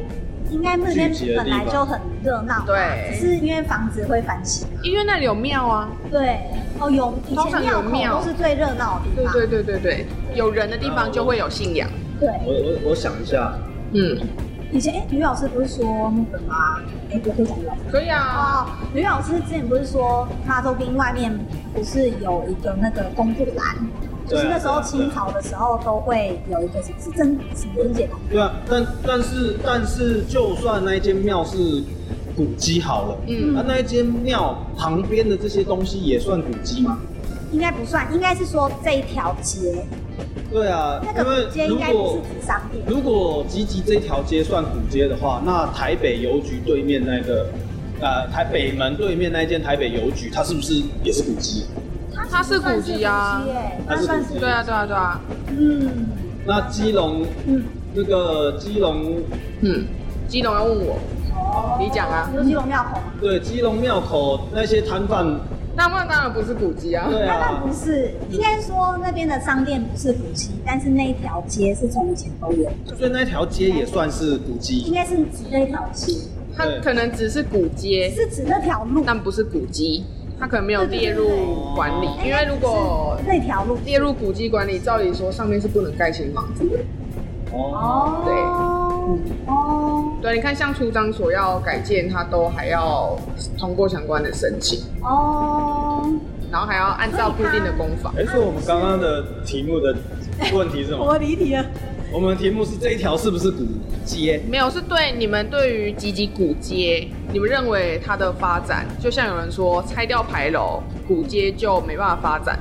Speaker 3: 应该那边本来就很热闹嘛，
Speaker 1: 对
Speaker 3: 只是因为房子会翻新。
Speaker 1: 因为那里有庙啊，
Speaker 3: 对，哦，有以
Speaker 1: 通常
Speaker 3: 前
Speaker 1: 有
Speaker 3: 庙口
Speaker 1: 庙
Speaker 3: 都是最热闹的地
Speaker 1: 对
Speaker 3: 方。
Speaker 1: 对对对对，有人的地方就会有信仰。
Speaker 3: 对
Speaker 2: 我我我想一下，
Speaker 1: 嗯，
Speaker 3: 以前哎，吕老师不是说那个吗？哎，我可以讲吗？
Speaker 1: 可以啊。
Speaker 3: 哦，吕老师之前不是说妈周边外面不是有一个那个公布栏，就
Speaker 2: 对啊
Speaker 3: 是那时候
Speaker 2: 对啊
Speaker 3: 清朝的时候都会有一个什么是贞什么贞节堂，
Speaker 2: 对啊，但但是但是，就算那一间庙是古迹好了，
Speaker 1: 嗯
Speaker 2: 那、那一间庙旁边的这些东西也算古迹吗？
Speaker 3: 应该不算，应该是说这一条街
Speaker 2: 对啊
Speaker 3: 那，
Speaker 2: 因
Speaker 3: 个街
Speaker 2: 为如
Speaker 3: 应该不
Speaker 2: 果
Speaker 3: 是指商店。
Speaker 2: 如果集集这条街算古街的话，那台北邮局对面那个，呃，台北门对面那一间台北邮局，它是不是也是古迹？
Speaker 1: 它是古迹啊
Speaker 2: 它
Speaker 3: 它算是古迹耶
Speaker 2: 是
Speaker 3: 它
Speaker 2: 古迹
Speaker 3: 算是
Speaker 1: 对啊，对啊，对啊。
Speaker 3: 嗯
Speaker 2: 那基隆
Speaker 3: 嗯，
Speaker 2: 那个基隆，
Speaker 1: 嗯，基隆要问我，
Speaker 3: 哦
Speaker 1: 你讲啊
Speaker 3: 你说基隆庙口吗？
Speaker 2: 对基隆庙口那些摊贩，
Speaker 1: 那那当然不是古迹啊。
Speaker 2: 对
Speaker 3: 那那
Speaker 2: 啊
Speaker 3: 不，是，应该说那边的商店不是古迹，但是那一条街是从以前都有，
Speaker 2: 所以那条街也算是古
Speaker 3: 应
Speaker 2: 迹。
Speaker 3: 该是指那条街，
Speaker 1: 它可能只是古街，
Speaker 3: 是指那条路。
Speaker 1: 但不是古迹，它可能没有列入管理，因为如果
Speaker 3: 那条路
Speaker 1: 列入古迹管理，照理说上面是不能盖新房子的。
Speaker 2: 哦，
Speaker 3: 哦，
Speaker 1: 对
Speaker 3: 哦
Speaker 1: 对，你看像出张所要改建，它都还要通过相关的申请，
Speaker 3: 哦，
Speaker 1: 然后还要按照固定的工法。
Speaker 2: 哎，所以我们刚刚的题目的问题是什么？
Speaker 3: 离题了。
Speaker 2: 我们的题目是这一条是不是古街？
Speaker 1: 没有，是对你们对于吉吉古街，你们认为它的发展，就像有人说拆掉牌楼，古街就没办法发展。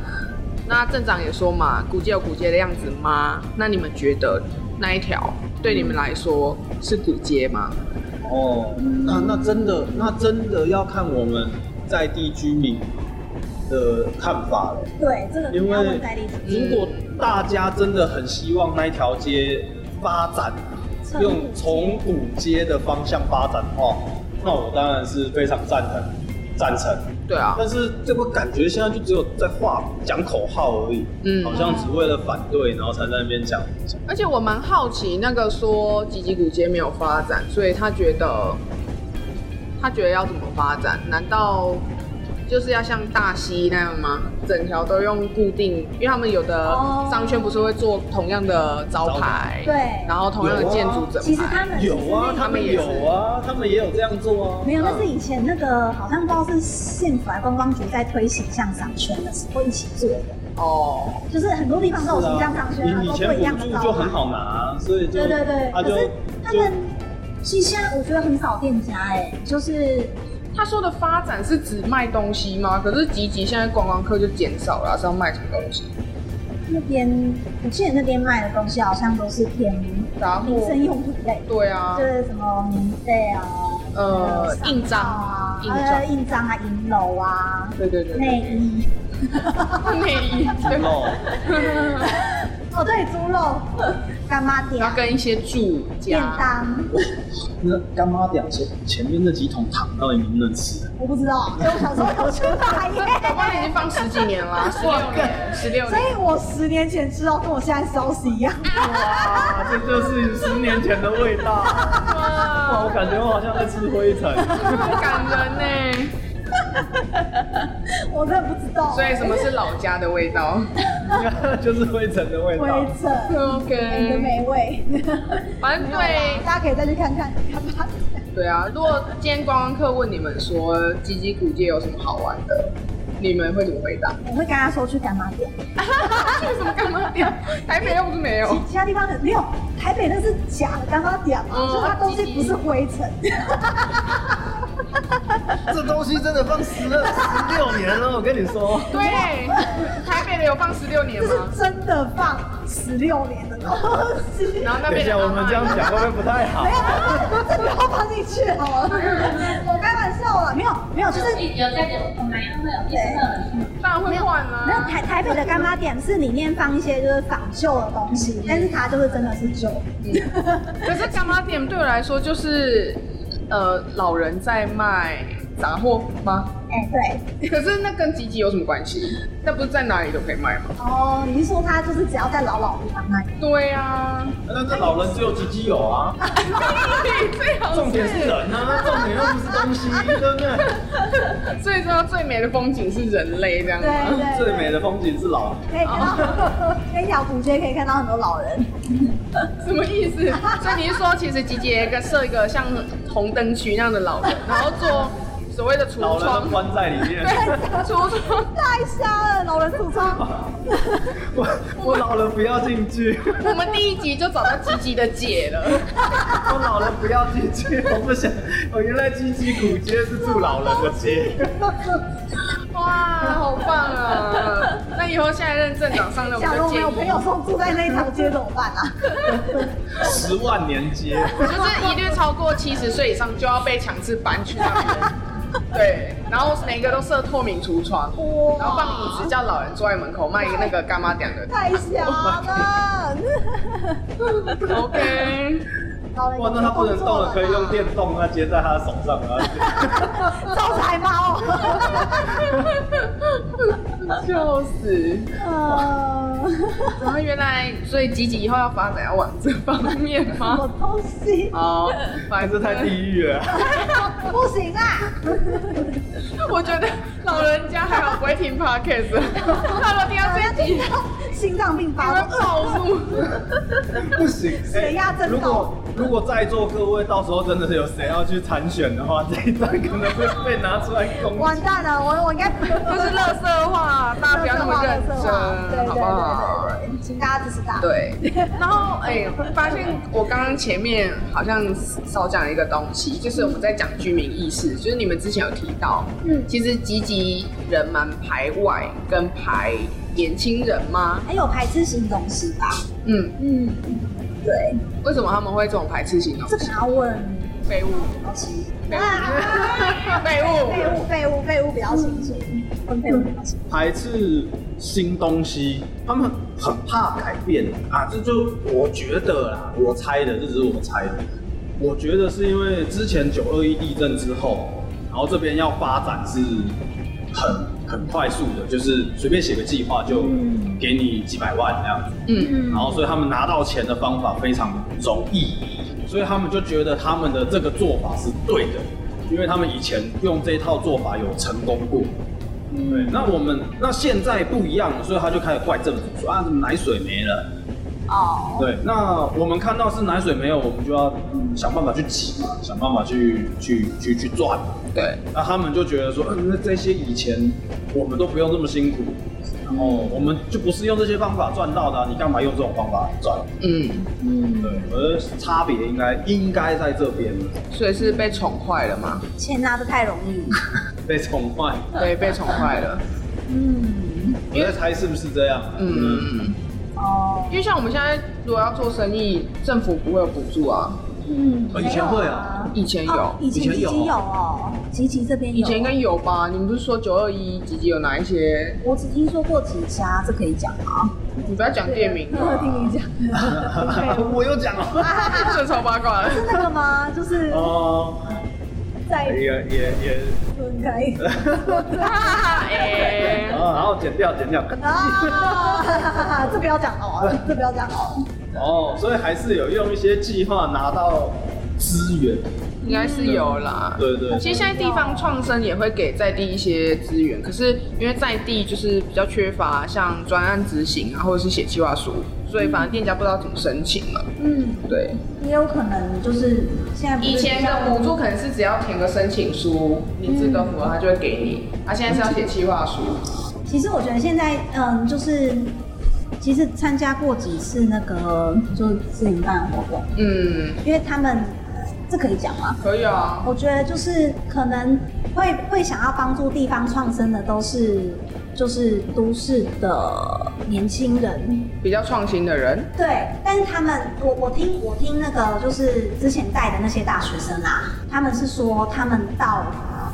Speaker 1: 那镇长也说嘛，古街有古街的样子吗？那你们觉得那一条对你们来说是古街吗？
Speaker 2: 哦，那那真的，那真的要看我们在地居民的看法了。
Speaker 3: 对，这个你
Speaker 2: 因
Speaker 3: 要
Speaker 2: 为
Speaker 3: 问在立场。
Speaker 2: 如果大家真的很希望那一条街发展，
Speaker 3: 从古街
Speaker 2: 用从古街的方向发展的话，那我当然是非常赞成，赞成。
Speaker 1: 对啊，
Speaker 2: 但是这个感觉现在就只有在话讲口号而已，
Speaker 1: 嗯
Speaker 2: 好像只为了反对，然后才在那边讲讲。
Speaker 1: 而且我蛮好奇，那个说吉吉古街没有发展，所以他觉得他觉得要怎么发展？难道就是要像大溪那样吗？整条都用固定，因为他们有的
Speaker 3: 哦
Speaker 1: 商圈不是会做同样的招
Speaker 2: 招
Speaker 1: 牌
Speaker 2: 牌，
Speaker 3: 对
Speaker 1: 然后同样的建筑整排，
Speaker 3: 其实他们
Speaker 2: 有啊，
Speaker 3: 其实
Speaker 2: 他们
Speaker 1: 也是
Speaker 2: 有啊，他们也有这样做啊
Speaker 3: 没。有，那是以前那个好像不知道是县府还是观光局在推形象赏圈的时候一起做的，
Speaker 1: 哦，
Speaker 3: 就是很多地方都有形象赏圈，然
Speaker 2: 你以
Speaker 3: 后
Speaker 2: 前
Speaker 3: 做一样
Speaker 2: 补
Speaker 3: 的
Speaker 2: 助
Speaker 3: 招牌。
Speaker 2: 就很好拿，所以就
Speaker 3: 对对对，
Speaker 2: 他
Speaker 3: 可
Speaker 2: 就是
Speaker 3: 他
Speaker 2: 就
Speaker 3: 们其实现在我觉得很少店家哎、就是
Speaker 1: 他说的发展是指卖东西吗？可是吉吉现在观光客就减少了，是要卖什么东西？
Speaker 3: 那边我记得那边卖的东西好像都是偏民
Speaker 1: 杂货？
Speaker 3: 生用品类，
Speaker 1: 对啊
Speaker 3: 就，是什么棉被啊，
Speaker 1: 呃，
Speaker 3: 手
Speaker 1: 印
Speaker 3: 套
Speaker 1: 章
Speaker 3: 啊，
Speaker 1: 印
Speaker 3: 还有
Speaker 1: 章，
Speaker 3: 印章啊，银楼啊，
Speaker 1: 对对对，
Speaker 3: 内衣，
Speaker 1: <laughs> 内
Speaker 3: <laughs>
Speaker 1: 衣，对，
Speaker 2: 哦，
Speaker 3: 哦对，
Speaker 1: <laughs>
Speaker 3: 猪肉，干妈
Speaker 1: 然
Speaker 3: 点
Speaker 1: 后，跟一些住
Speaker 3: 便
Speaker 1: 家，
Speaker 3: 当。
Speaker 2: 那干妈两前前面那几桶糖到底能不能吃？
Speaker 3: 我不知道，所以我小时候有去买
Speaker 1: 台
Speaker 3: 耶。
Speaker 1: <laughs> 湾已经放十几年了，十六年，十六
Speaker 3: 所
Speaker 1: 年，
Speaker 3: 以我十年前吃到跟我现在烧死
Speaker 1: <laughs>
Speaker 3: 一样，
Speaker 2: 哇，这就是十年前的味道。哇，我感觉我好像在吃灰尘。 <laughs>
Speaker 1: 好感人呢。
Speaker 3: 我真的不知道。
Speaker 1: 所以什么是老家的味道
Speaker 2: 就是灰尘的味道
Speaker 3: 灰。尘你的
Speaker 1: ？OK，
Speaker 3: 美味？ <laughs>
Speaker 1: 反正对
Speaker 3: 大家可以再去看看干妈点。
Speaker 1: 对啊，如果今天观光客问你们说吉吉古街有什么好玩的，你们会怎么回答？
Speaker 3: 我会跟他说去干妈店，
Speaker 1: 去啊什么干嘛店？台北又不是没有
Speaker 3: 其。其他地方的没有。台北那是假的干妈点嘛，
Speaker 1: 嗯
Speaker 3: 就是它东西不是灰尘。
Speaker 2: 这东西真的放十二十六年了，我跟你说。
Speaker 1: 对，台北的有放十六年
Speaker 3: <laughs> 这
Speaker 1: 吗
Speaker 3: 是？真的放十六年的东西。
Speaker 1: 然后那
Speaker 2: 等一
Speaker 1: 边的
Speaker 2: 下，我们这样讲会不会不太好
Speaker 3: 没？有，这不要放进去 <laughs> 好了，我开玩笑啊了，没有没有，就是
Speaker 5: 有在有我们会有
Speaker 3: 对
Speaker 5: 变色的。
Speaker 1: 当然会换啊。
Speaker 3: 没有台台北的干妈店是里面放一些就是仿旧的东西，但是它就是真的是旧。哎
Speaker 1: 可是干妈店对我来说就是，呃，老人在卖杂货吗？ <laughs>
Speaker 3: 哎、对，
Speaker 1: 可是那跟吉吉有什么关系？那不是在哪里都可以卖吗？
Speaker 3: 哦，你是说它就是只要在老老地方卖？
Speaker 1: 对啊，
Speaker 2: 但是老人只有鸡鸡有啊，
Speaker 1: 最好
Speaker 2: <laughs> 重哦点是人啊，重点又不是东西，对不对？
Speaker 1: <laughs> 所以说最美的风景是人类这样
Speaker 3: 对
Speaker 1: 吗？
Speaker 2: <laughs>
Speaker 3: 对
Speaker 2: 最美的风景是老人。
Speaker 3: 可以看 <laughs> 到那条古街可以看到很多老人，
Speaker 1: 什么意思？所以你是说，其实集结一个设一个像红灯区那样的老人，然后做所谓的橱
Speaker 2: 老人
Speaker 1: 窗
Speaker 2: 都，关在里面。
Speaker 1: 对，橱窗。
Speaker 3: 太瞎了，老人橱窗。
Speaker 2: <laughs> 我我老了不要进 <laughs> 去，
Speaker 1: 我们第一集就找到吉吉的姐了，
Speaker 2: 我老了不要进去，我不想。我原来鸡鸡古街是住老人的街，
Speaker 1: 哇，好棒啊！那以后下一任镇长上任，我
Speaker 3: 假
Speaker 1: 们
Speaker 3: 如
Speaker 1: 就
Speaker 3: 我们
Speaker 1: 建
Speaker 3: 有朋
Speaker 1: 议
Speaker 3: 友，说住在那一条街怎么办啊？
Speaker 2: 十万年街。
Speaker 1: 就是一律超过七十岁以上就要被强制搬去那
Speaker 3: <laughs>
Speaker 1: 边。对，然后每个都设透明橱窗，然后放椅子，叫老人坐在门口卖那个干妈点
Speaker 3: <laughs>
Speaker 1: 的。
Speaker 3: 太瞎了。
Speaker 1: OK，
Speaker 3: 老人
Speaker 2: 哇，那他不能动了，可以用电动，那接在他手上啊。
Speaker 3: 招财猫。
Speaker 1: 笑死！
Speaker 3: 呃，
Speaker 1: 然后原来，所以吉吉以后要发展要往这方面
Speaker 3: 什 <laughs> 么
Speaker 1: 吗？
Speaker 3: 东西？
Speaker 1: 好，
Speaker 2: 哎，
Speaker 1: 反
Speaker 2: 这
Speaker 1: 正
Speaker 2: 太地狱了。
Speaker 3: 不行啊！
Speaker 1: 我觉得老人家还好不会听 podcast，他们听到
Speaker 3: 不要
Speaker 1: 这一
Speaker 3: 听
Speaker 1: 集
Speaker 3: 到心脏病
Speaker 1: 他
Speaker 3: 发
Speaker 1: 们
Speaker 3: 作。
Speaker 1: 暴怒。
Speaker 2: <laughs> 不行，
Speaker 3: 谁呀
Speaker 2: 哎
Speaker 3: 真
Speaker 2: 如
Speaker 3: 的
Speaker 2: 果如果在座各位到时候真的有谁要去参选的话，这一段可能会被拿出来攻
Speaker 3: 完
Speaker 2: 击。
Speaker 3: 蛋了，我我应该不
Speaker 1: 都是乐色话，大家不要那么认真，
Speaker 3: 对对
Speaker 1: 好不好？
Speaker 3: 对对，请大家支持大家。
Speaker 1: 对，然后哎、发现我刚刚前面好像少讲了一个东西，就是我们在讲居民意识，就是你们之前有提到，嗯
Speaker 3: 嗯，
Speaker 1: 其实积极人蛮排外跟排年轻人吗？
Speaker 3: 还有排斥型东西吧？
Speaker 1: 嗯，
Speaker 3: 嗯，对，
Speaker 1: 为什么他们会这种排斥性呢？
Speaker 3: 这可能要问
Speaker 1: 废物，
Speaker 3: 老师。
Speaker 1: 废物，
Speaker 3: 啊
Speaker 1: 废
Speaker 3: 废
Speaker 1: 物，
Speaker 3: 物，废物，废物比较清楚，跟废物比较清楚。
Speaker 2: 排斥新东西，他们很怕改变啊！这就我觉得啦，我猜的，这只是我猜的。我觉得是因为之前九二一地震之后，然后这边要发展是很很快速的，就是随便写个计划就
Speaker 3: 嗯
Speaker 2: 给你几百万这样子。
Speaker 1: 嗯，
Speaker 3: 嗯
Speaker 2: 然后所以他们拿到钱的方法非常容易，所以他们就觉得他们的这个做法是对的，因为他们以前用这一套做法有成功过。对，那我们那现在不一样了，所以他就开始怪政府说啊，怎么奶水没了？
Speaker 1: 哦，
Speaker 2: 对，那我们看到是奶水没有，我们就要嗯想办法去挤嘛，想办法去去去去赚。
Speaker 1: 对，
Speaker 2: 那他们就觉得说，嗯，那这些以前我们都不用这么辛苦，然后我们就不是用这些方法赚到的啊、你干嘛用这种方法赚？
Speaker 1: 嗯，
Speaker 3: 嗯，
Speaker 2: 对，而差别应该应该在这边
Speaker 1: 所以是被宠坏了嘛？
Speaker 3: 钱拿的太容易，
Speaker 2: 被宠坏。
Speaker 1: 对，被宠坏了。
Speaker 3: 嗯，
Speaker 2: 我在猜是不是这样？嗯，
Speaker 1: 嗯，
Speaker 3: 哦，
Speaker 1: 因为像我们现在如果要做生意，政府不会有补助啊，
Speaker 3: 嗯
Speaker 2: 哦以前会啊，
Speaker 1: 以前
Speaker 3: 没
Speaker 1: 有，
Speaker 3: 有哦以前
Speaker 2: 以
Speaker 3: 吉
Speaker 2: 前有
Speaker 3: 吉有哦，吉吉这边有，
Speaker 1: 以前应该有吧？你们不是说九二一几集有哪一些？
Speaker 3: 我只听说过几家，这可以讲啊吗？
Speaker 1: 你不要讲店名
Speaker 3: <laughs>
Speaker 1: 啊，
Speaker 3: 听你讲，
Speaker 2: <laughs> 我有讲哦。
Speaker 1: 这超八卦的。
Speaker 3: <laughs> 是那个吗？就是
Speaker 2: 哦，
Speaker 3: 在
Speaker 2: 也也也，
Speaker 3: 分开
Speaker 1: 哎
Speaker 2: 然后然后哦剪掉剪掉。
Speaker 3: 啊，这不要讲哦，这不要讲哦，
Speaker 2: 哦，所以还是有用一些计划拿到资源。
Speaker 1: 应该是有啦。
Speaker 2: 对对
Speaker 1: 其实现在地方创生也会给在地一些资源，可是因为在地就是比较缺乏像专案执行啊，或者是写计划书，所以反正店家不知道怎么申请嘛。
Speaker 3: 嗯，
Speaker 1: 对，
Speaker 3: 也有可能就是现在不是
Speaker 1: 以前的补助可能是只要填个申请书，你资格符合，他就会给你。啊，现在是要写计划书。
Speaker 3: 其实我觉得现在，嗯，就是其实参加过几次那个就是自营办活动，
Speaker 1: 嗯，
Speaker 3: 因为他们这可以讲吗？
Speaker 1: 可以啊。
Speaker 3: 我觉得就是可能会会想要帮助地方创生的都是就是都市的年轻人，
Speaker 1: 比较创新的人，
Speaker 3: 对，但是他们，我我听我听那个就是之前带的那些大学生啊，他们是说他们到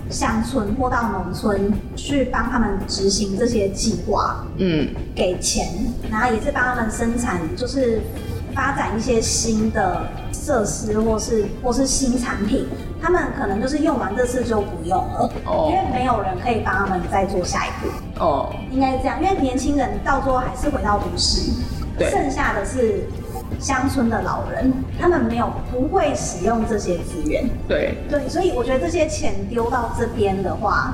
Speaker 3: 乡村或到农村去帮他们执行这些计划，
Speaker 1: 嗯，
Speaker 3: 给钱，然后也是帮他们生产，就是发展一些新的设施或是或是新产品。他们可能就是用完这次就不用了，
Speaker 1: 哦
Speaker 3: 因为没有人可以帮他们再做下一步。
Speaker 1: 哦，
Speaker 3: 应该是这样，因为年轻人到最后还是回到都市，
Speaker 1: 对
Speaker 3: 剩下的是乡村的老人，他们没有不会使用这些资源，
Speaker 1: 对，
Speaker 3: 对，所以我觉得这些钱丢到这边的话，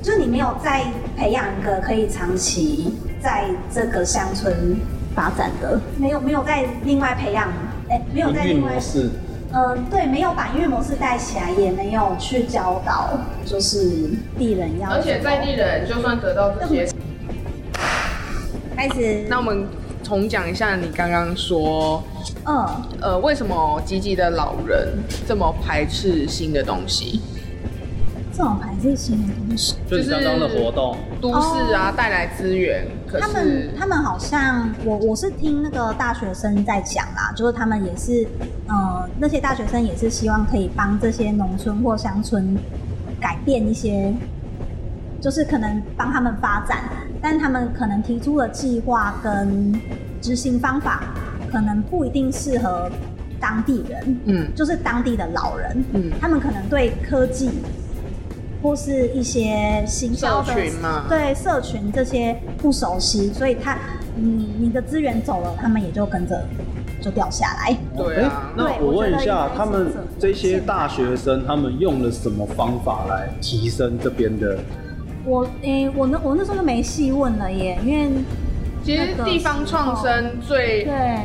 Speaker 3: 就你没有再培养一个可以长期在这个乡村发展的，没有没有再另外培养，哎、没有再
Speaker 2: 营运
Speaker 3: 另外
Speaker 2: 模，式，
Speaker 3: 嗯、对，没有把音乐模式带起来，也没有去教导，就是地人要，
Speaker 1: 而且在地人就算得到这些
Speaker 3: 开始，
Speaker 1: 那我们重讲一下你刚刚说，
Speaker 3: 嗯。
Speaker 1: 呃，为什么积极的老人这么排斥新的东西？
Speaker 3: 这种还是新的东西。
Speaker 2: 就是刚刚的活动。
Speaker 1: 都市啊，带来资源，可
Speaker 3: 他
Speaker 1: 是
Speaker 3: 们他们好像我我是听那个大学生在讲啦，就是他们也是，呃，那些大学生也是希望可以帮这些农村或乡村改变一些，就是可能帮他们发展，但他们可能提出的计划跟执行方法，可能不一定适合当地人，
Speaker 1: 嗯
Speaker 3: 就是当地的老人，
Speaker 1: 嗯
Speaker 3: 他们可能对科技或是一些行销的
Speaker 1: 社群嘛
Speaker 3: 对社群这些不熟悉，所以他嗯你你的资源走了，他们也就跟着就掉下来。
Speaker 1: 对啊
Speaker 2: 诶那
Speaker 3: 对
Speaker 2: 我问一
Speaker 3: 我觉得应
Speaker 2: 下
Speaker 3: 该，是
Speaker 2: 他们这些大学生，他们用了什么方法来提升这边的？
Speaker 3: 我诶、我那我那时候就没细问了耶，因为
Speaker 1: 其实地方创生最
Speaker 3: 对啊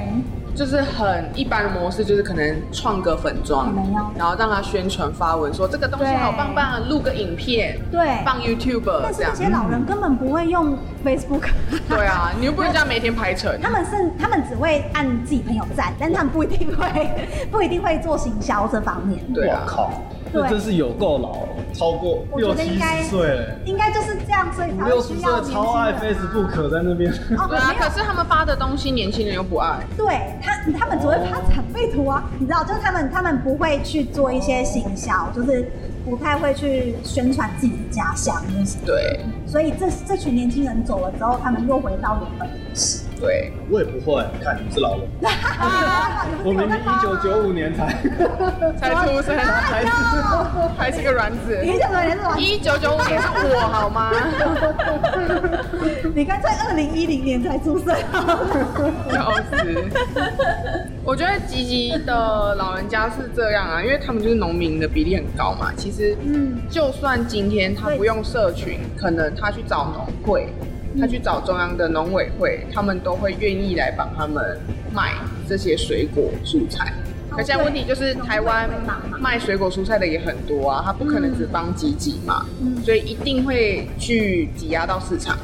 Speaker 1: 就是很一般的模式，就是可能创个粉妆
Speaker 3: 可能要，
Speaker 1: 然后让他宣传发文说这个东西
Speaker 3: 对
Speaker 1: 好棒棒，录个影片，
Speaker 3: 对，
Speaker 1: 放 YouTube
Speaker 3: 但是
Speaker 1: 这
Speaker 3: 那
Speaker 1: 样。
Speaker 3: 些老人根本不会用 Facebook，
Speaker 1: 对啊，你又不能这样每天排成。
Speaker 3: <laughs> 他们是他们只会按自己朋友赞，但他们不一定会 <laughs> 不一定会做行销这方面。
Speaker 1: 对啊
Speaker 2: 我靠，
Speaker 3: 对
Speaker 2: 这真是有够老了，超过
Speaker 3: 我觉
Speaker 2: 六
Speaker 3: 得
Speaker 2: 七
Speaker 3: 应该
Speaker 2: 十岁了，
Speaker 3: 应该就是这样，所以
Speaker 2: 五
Speaker 3: 才
Speaker 2: 六
Speaker 3: 会
Speaker 2: 十
Speaker 3: 需
Speaker 2: 岁
Speaker 3: 要年轻人
Speaker 2: 超爱
Speaker 3: 啊
Speaker 2: Facebook 在那
Speaker 3: <laughs>
Speaker 2: 边。
Speaker 3: 哦，
Speaker 1: 对啊，
Speaker 3: 没有
Speaker 1: 可是他们发的东西年轻人又不爱。
Speaker 3: 对他，他们只会发长辈图啊，你知道，就是他们他们不会去做一些行销，就是不太会去宣传自己的家乡，就是
Speaker 1: 对，
Speaker 3: 所以这这群年轻人走了之后，他们又回到原本的模式。
Speaker 1: 对，
Speaker 2: 我也不会，看你是老人，我明明一九九五年
Speaker 3: <laughs>
Speaker 2: 才
Speaker 1: 才出生，
Speaker 2: 才是，
Speaker 1: 还是个卵子。
Speaker 3: 你怎么你怎么？
Speaker 1: 一九九五年是我好吗？ <laughs>
Speaker 3: 你干脆二零一零年才出生 <laughs> 好了。
Speaker 1: 笑死！我觉得吉吉的老人家是这样啊，因为他们就是农民的比例很高嘛。其实，
Speaker 3: 嗯
Speaker 1: 就算今天他不用社群，可能他去找农会，
Speaker 3: 嗯
Speaker 1: 他去找中央的农委会，他们都会愿意来帮他们卖这些水果蔬菜。
Speaker 3: 哦
Speaker 1: 可现在问题就是，台湾卖水果蔬菜的也很多啊，他不可能只帮吉吉嘛，
Speaker 3: 嗯
Speaker 1: 所以一定会去挤压到市场。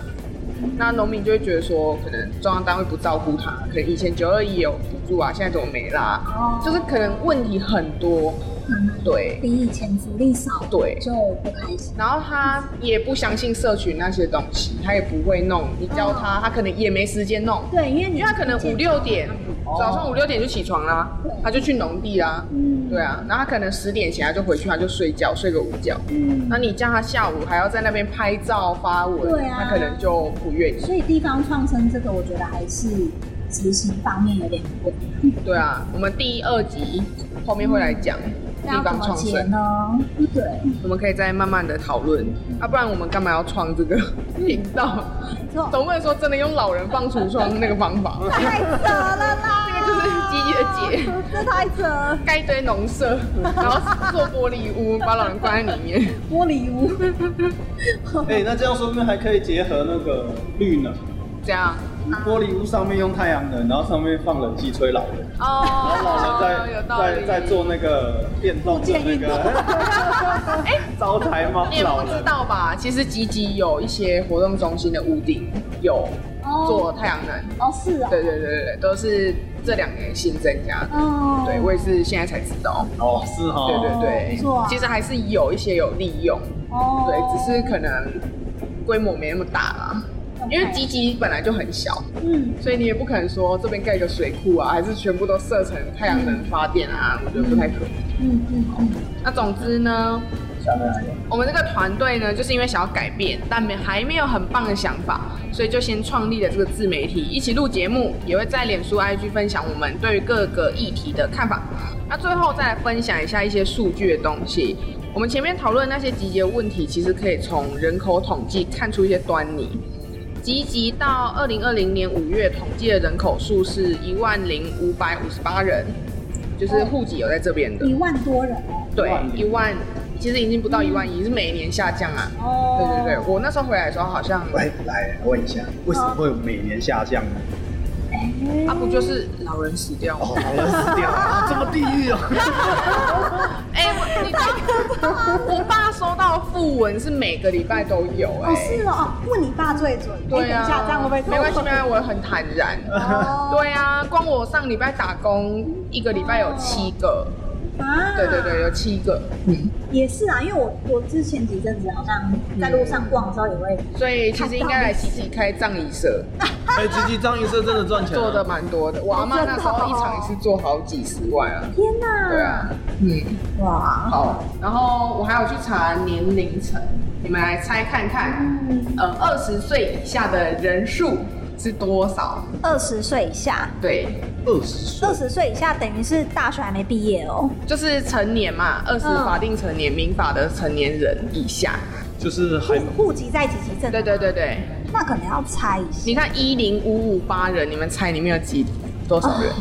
Speaker 3: 嗯
Speaker 1: 那农民就会觉得说，可能中央单位不照顾他，可能以前九二一有补助啊，现在怎么没啦？
Speaker 3: 哦
Speaker 1: 就是可能问题很多，
Speaker 5: 嗯，
Speaker 1: 对
Speaker 5: 比以前福利少，
Speaker 1: 对。
Speaker 5: 就不开心。
Speaker 1: 然后他也不相信社群那些东西，他也不会弄，你教他，
Speaker 3: 哦
Speaker 1: 他可能也没时间弄，
Speaker 3: 对，因为
Speaker 1: 因为
Speaker 3: 你
Speaker 1: 他可能五六点，
Speaker 3: 哦
Speaker 1: 早上五六点就起床啦，他就去农地啦，
Speaker 3: 嗯
Speaker 1: 对啊，然后他可能十点前他就回去，他就睡觉，睡个午觉。
Speaker 3: 嗯
Speaker 1: 那你叫他下午还要在那边拍照发文，
Speaker 3: 对啊
Speaker 1: 他可能就不愿意。
Speaker 5: 所以地方创生这个，我觉得还是执行方面有点问题。
Speaker 1: 对啊，我们第二集后面会来讲
Speaker 3: 嗯
Speaker 1: 地
Speaker 5: 那要怎
Speaker 1: 方
Speaker 5: 么
Speaker 1: 创
Speaker 5: 解
Speaker 1: 生，
Speaker 5: 呢？对，
Speaker 1: 我们可以再慢慢的讨论。啊，不然我们干嘛要创这个频道？
Speaker 3: 错
Speaker 1: 总不能说真的用老人放橱窗那个方 <laughs> 法，
Speaker 3: 太扯了啦！
Speaker 1: 这个就是积极 <laughs> 的解。
Speaker 3: 这太扯了，
Speaker 1: 盖一堆农舍，然后做玻璃屋，把老人关在里 <laughs> 面。
Speaker 3: 玻璃屋。
Speaker 2: 哎、那这样说不定还可以结合那个绿能，
Speaker 3: 啊
Speaker 1: 这样
Speaker 2: 玻璃屋上面用太阳能，然后上面放冷气吹老人，然后老
Speaker 1: 哦，有
Speaker 2: 人
Speaker 1: 道
Speaker 2: 在
Speaker 1: 理。
Speaker 2: 在在做那个电动的那 <laughs> 个，哎，招财猫
Speaker 1: 你也
Speaker 2: 老
Speaker 1: 不
Speaker 2: 人
Speaker 1: 知，道吧？其实吉吉有一些活动中心的屋顶有做太阳能，
Speaker 3: 哦，是哦。
Speaker 1: 对对对对对，都是这两年新增加的。
Speaker 3: 哦。
Speaker 1: 对，我也是现在才知道。
Speaker 2: 哦，是哈、
Speaker 1: 对对对，
Speaker 3: 不错啊
Speaker 1: 其实还是有一些有利用，
Speaker 3: 哦。
Speaker 1: 对，只是可能规模没那么大啦。因为吉吉本来就很小，
Speaker 3: 嗯，
Speaker 1: 所以你也不可能说这边盖一个水库啊，还是全部都设成太阳能发电啊，我觉得不太可能。
Speaker 3: 嗯嗯嗯，
Speaker 1: 那总之呢，
Speaker 2: 下面来
Speaker 1: 我们这个团队呢，就是因为想要改变，但没还没有很棒的想法，所以就先创立了这个自媒体，一起录节目，也会在脸书、IG 分享我们对于各个议题的看法。那最后再来分享一下一些数据的东西。我们前面讨论那些集结问题，其实可以从人口统计看出一些端倪。集集到二零二零年五月统计的人口数是一万零五百五十八人，就是户籍有在这边的。
Speaker 3: 一万多人哦。
Speaker 1: 对，一
Speaker 2: 一
Speaker 1: 万，其实已经不到一万一，是每年下降啊。
Speaker 3: 哦。
Speaker 1: 对对对，我那时候回来的时候好像，
Speaker 2: 来来问一下，为什么会有每年下降呢？
Speaker 1: 他啊不就是老人死掉吗？
Speaker 2: 哦，老人死掉， <laughs> 啊这么地狱 <laughs> 哦！
Speaker 1: <laughs> 哎、我你知道，我爸收到讣文是每个礼拜都有哎、
Speaker 3: 哦，是哦，哦，问你爸最准。哎
Speaker 1: 对啊
Speaker 3: 等一下，这样会不会？
Speaker 1: 没关系，没关系，我很坦然。
Speaker 3: 哦。
Speaker 1: 对啊，光我上礼拜打工，一个礼拜有七个，
Speaker 3: 啊。
Speaker 1: 对对对，有七个，
Speaker 3: 也是啊，因为我我之前几阵子好像在路上逛的时候也会，
Speaker 1: 所以其实应该来集集开葬仪社，
Speaker 2: 哎，吉吉张医社真的赚钱啊
Speaker 1: 做的蛮多的。我阿妈那时候一场也是做好几十万啊。
Speaker 3: 天哪！
Speaker 1: 对啊，嗯。
Speaker 3: 哇，
Speaker 1: 好，然后我还有去查年龄层，你们来猜看看，
Speaker 3: 嗯
Speaker 1: 呃，二十岁以下的人数是多少？
Speaker 3: 二十岁以下，
Speaker 1: 对，
Speaker 2: 二十岁
Speaker 3: 二，十岁以下等于是大学还没毕业哦。
Speaker 1: 就是成年嘛，二十
Speaker 3: 嗯
Speaker 1: 法定成年，民法的成年人以下。
Speaker 2: 就是还
Speaker 3: 户户籍在几级证？
Speaker 1: 对对对对，
Speaker 3: 那可能要猜一下。
Speaker 1: 你看一零五五八人，你们猜里面有几多少
Speaker 3: 哦
Speaker 1: 人？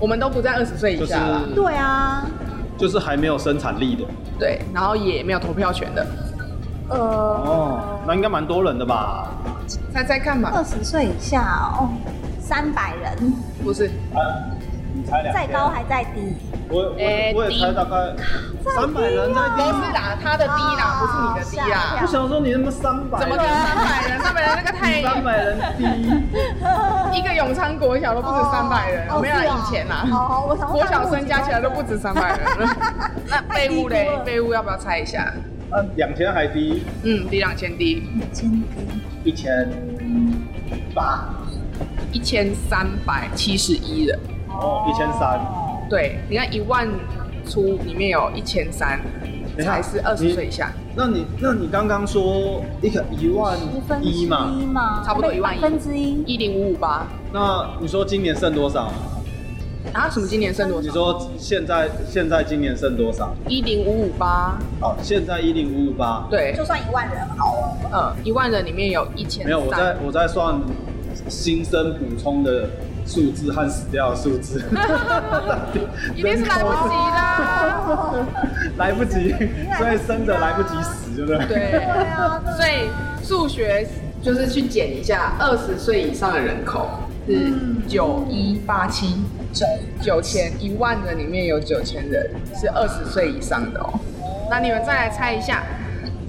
Speaker 1: 我们都不在二十岁以
Speaker 2: 就是
Speaker 1: 下啦，
Speaker 3: 对啊，
Speaker 2: 就是还没有生产力的
Speaker 1: 对，然后也没有投票权的，
Speaker 3: 呃，
Speaker 2: 哦，那应该蛮多人的吧？
Speaker 1: 猜猜看吧。
Speaker 3: 二十岁以下哦，三百人，
Speaker 1: 不是，
Speaker 2: 啊，你猜两
Speaker 3: 再
Speaker 2: 千
Speaker 3: 高还再低，
Speaker 2: 我我
Speaker 1: 哎
Speaker 2: 我也猜大概三百人在
Speaker 1: 不是啦，他的低啦，不是你的低
Speaker 3: 哦吓一
Speaker 2: 我
Speaker 1: 啦
Speaker 3: 跳，
Speaker 2: 想说你他妈三百，
Speaker 1: 怎么可能三百人？三百人那个太
Speaker 2: 三百人低？
Speaker 1: 一个永昌国小都不止三百人，
Speaker 3: 哦
Speaker 1: 没有
Speaker 3: 是哦
Speaker 1: 啦以前啦，
Speaker 3: 哦，我想说
Speaker 1: 国小生加起来都不止三百人了。那废物
Speaker 3: <laughs> 太低估
Speaker 1: 嘞
Speaker 3: 了，
Speaker 1: 废物要不要猜一下？
Speaker 2: 那呃两千还低，
Speaker 1: 嗯，比两千低，
Speaker 3: 千低，
Speaker 2: 一千八
Speaker 1: 一千三百七十一人。
Speaker 2: 哦，一千三，
Speaker 1: 对，你看一万出里面有一千三，
Speaker 2: 等一
Speaker 1: 才
Speaker 2: 下
Speaker 1: 是二十岁以下，
Speaker 2: 那你那你刚刚说一个一万
Speaker 5: 十分之
Speaker 2: 一
Speaker 5: 一
Speaker 2: 嘛？
Speaker 5: 嘛，
Speaker 1: 差不多一万一
Speaker 5: 百分之一。
Speaker 1: 一零五五八。
Speaker 2: 那你说今年剩多少？
Speaker 1: 啊，什么今年剩多
Speaker 2: 你
Speaker 1: 少？
Speaker 2: 说现在现在今年剩多少？
Speaker 1: 一零五五八，
Speaker 2: 哦，现在一零五五八。
Speaker 1: 对，
Speaker 3: 就算一万人好了，
Speaker 1: 呃，一万人里面有一千
Speaker 2: 没有，我在我在算新生补充的数字和死掉的数字，
Speaker 1: <laughs> 一定是来不及
Speaker 3: 哦
Speaker 1: 啦。
Speaker 2: <laughs> 来
Speaker 1: <laughs>
Speaker 2: 不及，所以生的来不及死，对不对？
Speaker 1: 对，啊所以数学就是去减一下二十岁以上的人口是九一八七嗯九九千一万人里面有九千人是二十岁以上的哦。那你们再来猜一下，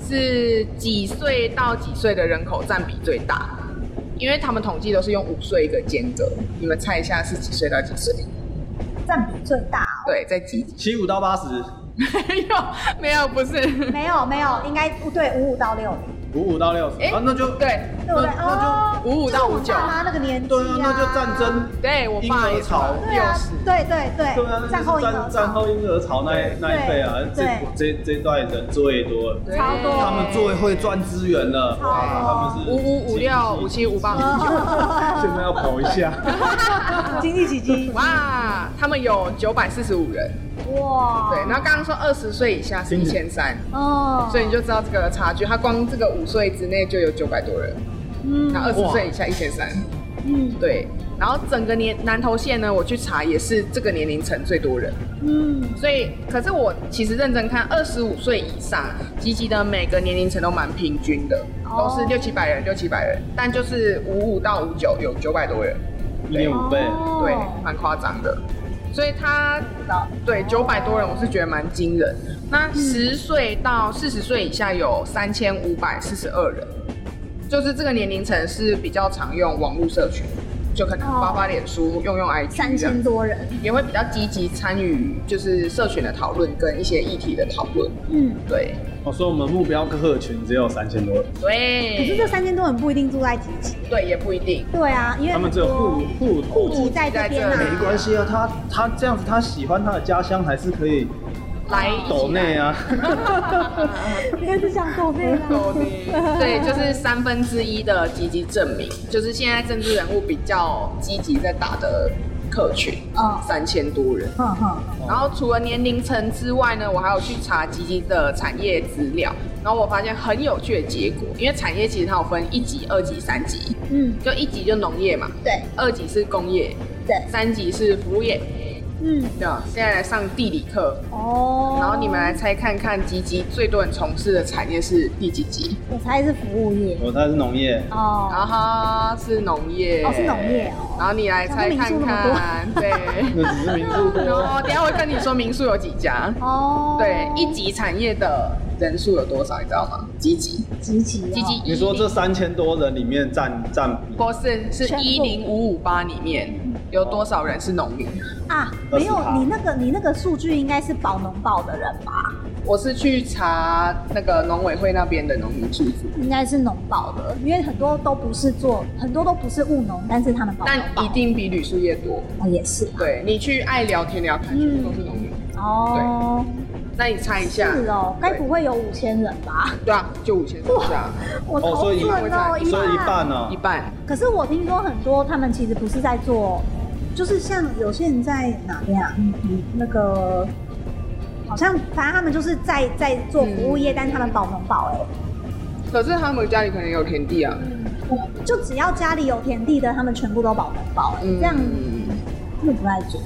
Speaker 1: 是几岁到几岁的人口占比最大？因为他们统计都是用五岁一个间隔，你们猜一下是几岁到几岁？
Speaker 3: 占比最大哦。
Speaker 1: 对，再挤
Speaker 2: 七五到八十，
Speaker 1: <laughs> 没有没有不是，
Speaker 3: 没有没有，应该对五五到六零，
Speaker 2: 五五到六十，
Speaker 1: 哎
Speaker 2: 啊，那就
Speaker 1: 对
Speaker 3: 对不对？
Speaker 2: 那
Speaker 3: 哦，
Speaker 1: 55到
Speaker 3: 就是我爸
Speaker 1: 59
Speaker 3: 妈那个年纪、啊，
Speaker 2: 对啊，那就战争，
Speaker 1: 对，我
Speaker 2: 婴
Speaker 1: 爸
Speaker 2: 儿
Speaker 1: 也
Speaker 2: 潮
Speaker 1: 说
Speaker 3: 对啊
Speaker 1: 60，
Speaker 3: 对对对，
Speaker 2: 对啊，那
Speaker 3: 战
Speaker 2: 就
Speaker 3: 后
Speaker 2: 是
Speaker 3: 婴儿
Speaker 2: 战战
Speaker 3: <laughs> 潮，
Speaker 2: 后婴儿潮那一那一辈啊，这
Speaker 3: 对
Speaker 2: 这这段人最多了，
Speaker 1: 对
Speaker 3: 超多
Speaker 2: 他们最会赚资源了，
Speaker 3: 超
Speaker 2: 哇，他们是
Speaker 1: 五五五六五七
Speaker 2: 经济
Speaker 1: 五八五九，
Speaker 2: <laughs>
Speaker 3: <laughs>
Speaker 2: 现在要跑一下，
Speaker 3: 经济奇迹，
Speaker 1: 哇，他们有九百四十五人，
Speaker 3: 哇，
Speaker 1: 对。然后刚刚说二十岁以下是一千三，
Speaker 3: 哦，
Speaker 1: 所以你就知道这个差距，他光这个五岁之内就有九百多人，
Speaker 3: 嗯
Speaker 1: 那二十岁以下一千三，
Speaker 3: 嗯
Speaker 1: 对。然后整个年南投县呢，我去查也是这个年龄层最多人，
Speaker 3: 嗯，
Speaker 1: 所以可是我其实认真看，二十五岁以上，积极的每个年龄层都蛮平均的，都是
Speaker 3: 哦
Speaker 1: 六七百人，六七百人，但就是五五到五九有九百多人，
Speaker 2: 一点五倍，
Speaker 3: 哦
Speaker 1: 对，蛮夸张的。所以他对九百多人，我是觉得蛮惊人。那十岁到四十岁以下有三千五百四十二人，就是这个年龄层是比较常用网络社群，就可能
Speaker 3: 哦
Speaker 1: 发发脸书、用用 IG
Speaker 3: 三
Speaker 1: 这样
Speaker 3: 千多人，
Speaker 1: 也会比较积极参与，就是社群的讨论跟一些议题的讨论。
Speaker 3: 嗯，
Speaker 1: 对
Speaker 2: 哦，所以我们目标客群只有三千多人，
Speaker 3: 可是
Speaker 1: 对
Speaker 3: 这三千多人不一定住在集集，
Speaker 1: 对，也不一定。
Speaker 3: 对啊，因为
Speaker 2: 他们只有户户
Speaker 3: 户
Speaker 2: 头，
Speaker 3: 籍在这边
Speaker 1: 户籍在这
Speaker 2: 没
Speaker 3: 啊，
Speaker 2: 关系啊，他他这样子，他喜欢他的家乡，还是可以
Speaker 1: 来一起
Speaker 2: 抖内啊，
Speaker 3: 应该是像购内啦，
Speaker 1: <laughs> 对，就是三分之一的积极证明，就是现在政治人物比较积极在打的客群，
Speaker 3: 嗯
Speaker 1: 三千多人。
Speaker 3: 哼哼，
Speaker 1: 然后除了年龄层之外呢，我还有去查积极的产业资料，然后我发现很有趣的结果，因为产业其实它有分一级、二级、三级，
Speaker 3: 嗯，
Speaker 1: 就一级就农业嘛，
Speaker 3: 对
Speaker 1: 二级是工业，
Speaker 3: 对，
Speaker 1: 三级是服务业。
Speaker 3: 嗯，
Speaker 1: 对啊，现在来上地理课，
Speaker 3: 哦，
Speaker 1: 然后你们来猜看看，积极最多人从事的产业是第几级？
Speaker 3: 我猜是服务业，
Speaker 2: 我他是农业，
Speaker 3: 哦，
Speaker 1: 然后是农业，
Speaker 3: 哦是农业哦
Speaker 1: 然后你来猜看看，对。 <laughs>
Speaker 2: 那只是民宿
Speaker 1: 然后等一下我会跟你说民宿有几家。
Speaker 3: 哦，
Speaker 1: 对，一级产业的人数有多少，你知道吗？积极，
Speaker 5: 集
Speaker 3: 啊
Speaker 5: 齐
Speaker 1: 积极。
Speaker 2: 你说这三千多人里面占占比
Speaker 1: 不是是
Speaker 3: 全部
Speaker 1: 一零五五八里面有多少人是农民？
Speaker 3: 啊，没有
Speaker 2: 20%，
Speaker 3: 你那个你那个数据应该是保农保的人吧？
Speaker 1: 我是去查那个农委会那边的农民数字，
Speaker 3: 应该是农保的，因为很多都不是做，很多都不是务农，但是他们保
Speaker 1: 但
Speaker 3: 农保
Speaker 1: 一定比旅宿业多。
Speaker 3: 哦也是
Speaker 1: 对你去爱聊天聊看，
Speaker 3: 嗯
Speaker 1: 全部都是农民。
Speaker 3: 哦，
Speaker 1: 那你猜一下，
Speaker 3: 是哦，该不会有五千人吧？ <laughs>
Speaker 1: 对啊，就五千多家，
Speaker 3: 我
Speaker 2: 哦，
Speaker 3: 头
Speaker 2: 所以
Speaker 3: 准哦，
Speaker 2: 所以一
Speaker 3: 半。
Speaker 2: 半啊呢
Speaker 1: 一，啊半。
Speaker 3: 可是我听说很多他们其实不是在做，就是像有些人在哪边啊，嗯嗯，那个好像反正他们就是在在做服务业，但他们保农保哎、
Speaker 1: 可是他们家里可能有田地啊，
Speaker 3: 就只要家里有田地的，他们全部都保农保哎、
Speaker 1: 嗯，
Speaker 3: 这样真的不太准。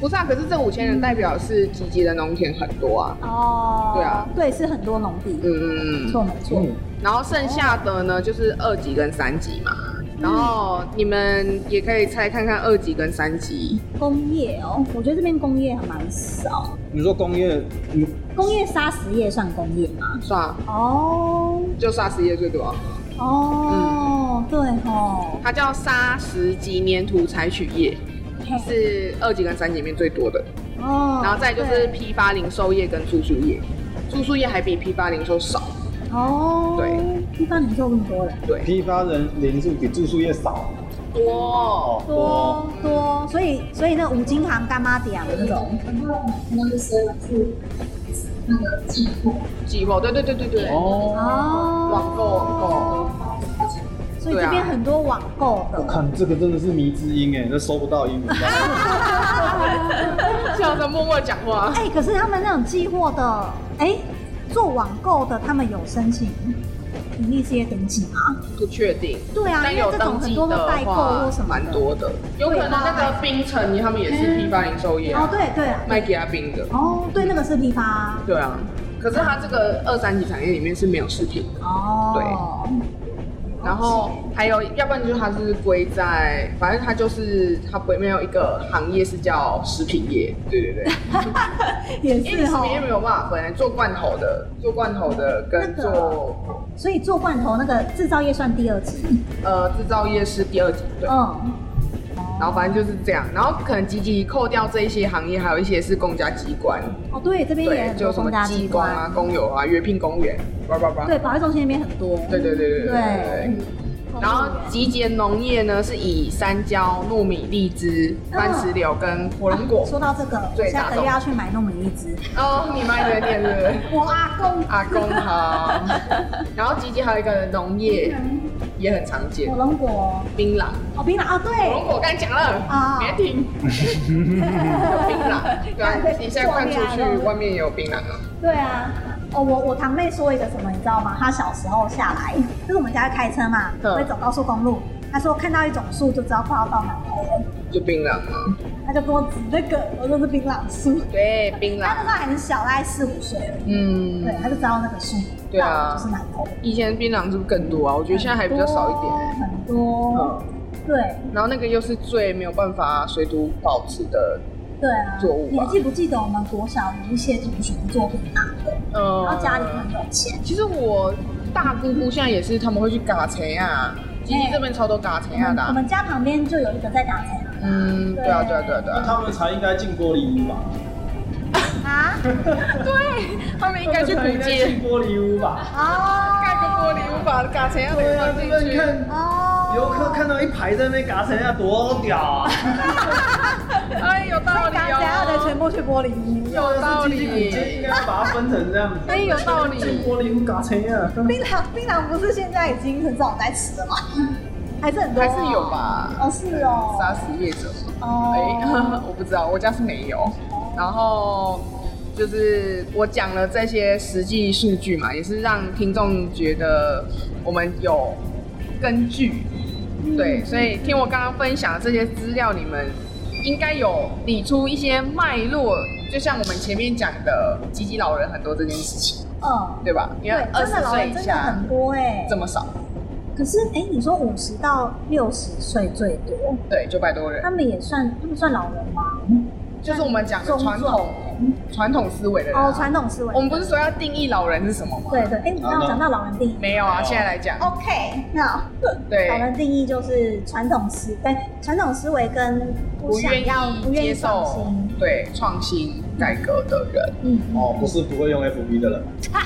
Speaker 1: 不是啊？可是这五千人代表是积极的农田很多啊，
Speaker 3: 哦，
Speaker 1: 对啊
Speaker 3: 对，是很多农地，
Speaker 1: 嗯
Speaker 3: 没
Speaker 1: 嗯
Speaker 3: 错
Speaker 1: 嗯。
Speaker 3: 没错，
Speaker 1: 然后剩下的呢，就是二级跟三级嘛。
Speaker 3: 嗯
Speaker 1: 然后你们也可以猜看看二级跟三级，
Speaker 3: 工业哦，我觉得这边工业还蛮少，
Speaker 2: 你说工业，嗯
Speaker 3: 工业砂石业算工业吗？
Speaker 1: 算啊
Speaker 3: 哦
Speaker 1: 就砂石业最多啊，嗯
Speaker 3: 哦，对哦，
Speaker 1: 它叫砂石及粘土采取业，
Speaker 3: 嘿
Speaker 1: 是二级跟三级里面最多的。
Speaker 3: 哦，
Speaker 1: 然后再就是
Speaker 3: 对
Speaker 1: 批发零售业跟住宿业，住宿业还比批发零售少。
Speaker 3: 哦，
Speaker 1: 对，
Speaker 3: 一般零售更多人，
Speaker 1: 对，
Speaker 2: 批发人人数比住宿业少哦
Speaker 1: 多啊
Speaker 3: 多多，啊所以所以那五金行干妈点那种，
Speaker 5: 可能可能有些人是那个寄货，
Speaker 1: 寄货，对对对对对，
Speaker 2: 哦，
Speaker 3: 哦，
Speaker 1: 网购网购，嗯
Speaker 3: 所以这边很多网购
Speaker 1: 啊
Speaker 2: 我
Speaker 3: 的，
Speaker 2: 看这个真的是迷之音哎，这收不到音，你知
Speaker 1: <laughs>
Speaker 2: 道吗
Speaker 1: 笑着默默讲话，
Speaker 3: 哎、可是他们那种寄货的，哎、做网购的他们有申请盈利事业登记吗？
Speaker 1: 不确定。
Speaker 3: 对啊，
Speaker 1: 但
Speaker 3: 因为
Speaker 1: 有
Speaker 3: 这种
Speaker 1: 登
Speaker 3: 很
Speaker 1: 记
Speaker 3: 多会
Speaker 1: 的
Speaker 3: 代购
Speaker 1: 话
Speaker 3: 或什，么
Speaker 1: 蛮
Speaker 3: 的。
Speaker 1: 多的。有可能那个冰城他们也是批发零售业
Speaker 3: 哦
Speaker 1: 啊，，
Speaker 3: 对对啊，
Speaker 1: 卖给他冰的。
Speaker 3: 哦，对，那个是批发。
Speaker 1: 对啊，可是它这个二三级产业里面是没有食品的，
Speaker 3: 哦，
Speaker 1: 然后还有，要不然就是它是归在，反正它就是它不没有一个行业是叫食品业，对对对，
Speaker 3: 对，也
Speaker 1: <laughs> 因为
Speaker 3: 是哦
Speaker 1: 食
Speaker 3: 哈
Speaker 1: 品。业没有办法分，做罐头的、做罐头的跟
Speaker 3: 那个
Speaker 1: 做
Speaker 3: 所以做罐头那个制造业算第二级。
Speaker 1: 呃制造业是第二级，对，
Speaker 3: 嗯，
Speaker 1: 然后反正就是这样，然后可能积极扣掉这一些行业，还有一些是公家机关，
Speaker 3: 哦，对，这边也
Speaker 1: 对，
Speaker 3: 很
Speaker 1: 就
Speaker 3: 多
Speaker 1: 什
Speaker 3: 公家
Speaker 1: 么
Speaker 3: 机
Speaker 1: 机关
Speaker 3: 关
Speaker 1: 啊、。公有啊、约聘公园，叭叭叭，
Speaker 3: 对，保卫中心那边很多。
Speaker 1: 对对对对对对。然后集结农业呢，是以山椒、糯米、荔枝、番
Speaker 3: 嗯
Speaker 1: 石榴跟火龙果
Speaker 3: 啊。说到这个，我
Speaker 1: 最大
Speaker 3: 下
Speaker 1: 众
Speaker 3: 个月要去买糯米一只。
Speaker 1: 哦，你买的店是
Speaker 3: <laughs>
Speaker 1: 不是？
Speaker 3: 我阿公
Speaker 1: 阿公好。然后集结还有一个农业也很常见
Speaker 3: 火，龙果，
Speaker 1: 槟榔。
Speaker 3: 哦，槟榔啊，
Speaker 1: 火龙
Speaker 3: 对，
Speaker 1: 果刚才讲了
Speaker 3: 啊，
Speaker 1: 别
Speaker 3: <laughs>
Speaker 1: 停。有槟榔，对啊，你现在看出去外面有槟榔啊。
Speaker 3: 对啊。哦，我我堂妹说一个什么，你知道吗？她小时候下来，就是我们家会开车嘛，
Speaker 1: 嗯
Speaker 3: 会走高速公路。她说看到一种树就知道快要到南头了，
Speaker 1: 就槟榔啊，
Speaker 3: 她就跟我指那个，我说是槟榔树。
Speaker 1: 对，啊槟
Speaker 3: 她
Speaker 1: 榔
Speaker 3: 那时。候还很小，大概四五岁而已，
Speaker 1: 嗯
Speaker 3: 对，，她就知道那个树，
Speaker 1: 对啊
Speaker 3: 到就是南头。
Speaker 1: 以前槟榔是不是更多啊？我觉得现在还比较少一点。
Speaker 3: 很多，对
Speaker 1: 然后那个又是最没有办法水土保持的，
Speaker 3: 对啊
Speaker 1: 作物吧
Speaker 3: 你还记不记得我们国小有一些同学的作品啊？
Speaker 1: 呃
Speaker 3: 然后家里很有钱，
Speaker 1: 其实我大姑姑现在也是，他们会去嘎车啊，吉吉这边超多嘎车
Speaker 3: 我
Speaker 1: 啊
Speaker 3: 们
Speaker 1: 的
Speaker 3: 我
Speaker 1: 啊。
Speaker 3: 们家旁边就有一个在打菜
Speaker 1: 嗯，对啊，对啊，对啊，对
Speaker 2: 那
Speaker 1: 啊。
Speaker 2: 他们才应该进玻璃屋吧？
Speaker 3: 啊，
Speaker 1: 他们应该去
Speaker 2: 他
Speaker 1: 古
Speaker 2: 们才应
Speaker 1: 街
Speaker 2: 该进玻璃屋吧？
Speaker 1: 盖个
Speaker 3: 哦，
Speaker 1: 玻璃屋，把嘎车啊
Speaker 2: 对啊，
Speaker 1: 放
Speaker 2: 这
Speaker 1: 进
Speaker 2: 个你
Speaker 1: 去。
Speaker 2: 看
Speaker 3: 哦，
Speaker 2: 游客看到一排在那边嘎成那样多屌啊！
Speaker 1: 哎，有道理
Speaker 3: 大家的全
Speaker 1: 哦。
Speaker 3: 部去玻璃屋，
Speaker 1: 有道理
Speaker 2: 要是经济空间应该把它分成这样子。
Speaker 1: 哎有道理
Speaker 2: 进玻璃屋嘎成啊！
Speaker 3: 槟榔槟榔不是现在已经很少在吃了吗？还是很多，
Speaker 1: 还是有？吧？
Speaker 3: 哦，是哦，
Speaker 1: 杀死业者嘛。哎 <laughs>
Speaker 3: 哦，，
Speaker 1: 我不知道，我家是没有。然后就是我讲了这些实际数据嘛，也是让听众觉得我们有根据。
Speaker 3: 嗯
Speaker 1: 对，所以听我刚刚分享的这些资料，你们应该有理出一些脉络。就像我们前面讲的，吉吉老人很多这件事情，
Speaker 3: 嗯，
Speaker 1: 对吧？你
Speaker 3: 对
Speaker 1: 看，二
Speaker 3: 真
Speaker 1: 十
Speaker 3: 的老
Speaker 1: 岁
Speaker 3: 人
Speaker 1: 以
Speaker 3: 真的
Speaker 1: 下
Speaker 3: 很多哎，
Speaker 1: 这么少，
Speaker 3: 可是，哎、你说五十到六十岁最多，
Speaker 1: 对，九百多人
Speaker 3: 他，们也算，他们算老人吗？
Speaker 1: 就是我们讲的
Speaker 3: 中
Speaker 1: 传统传统思维的人啊、
Speaker 3: 哦，传统思维。
Speaker 1: 我们不是说要定义老人是什么吗？
Speaker 3: 对对，哎、你刚刚讲到老人定义。
Speaker 1: 没有啊，现在来讲，
Speaker 3: OK，那
Speaker 1: 对，
Speaker 3: 哦老人定义就是传统思，对，传统思维跟不
Speaker 1: 不
Speaker 3: 想
Speaker 1: 愿
Speaker 3: 要、不
Speaker 1: 意
Speaker 3: 愿
Speaker 1: 接
Speaker 3: 意创
Speaker 1: 受
Speaker 3: 新。
Speaker 1: 对创新改革的人，
Speaker 3: 嗯，
Speaker 2: 哦，不是不会用 FB 的人，
Speaker 1: 老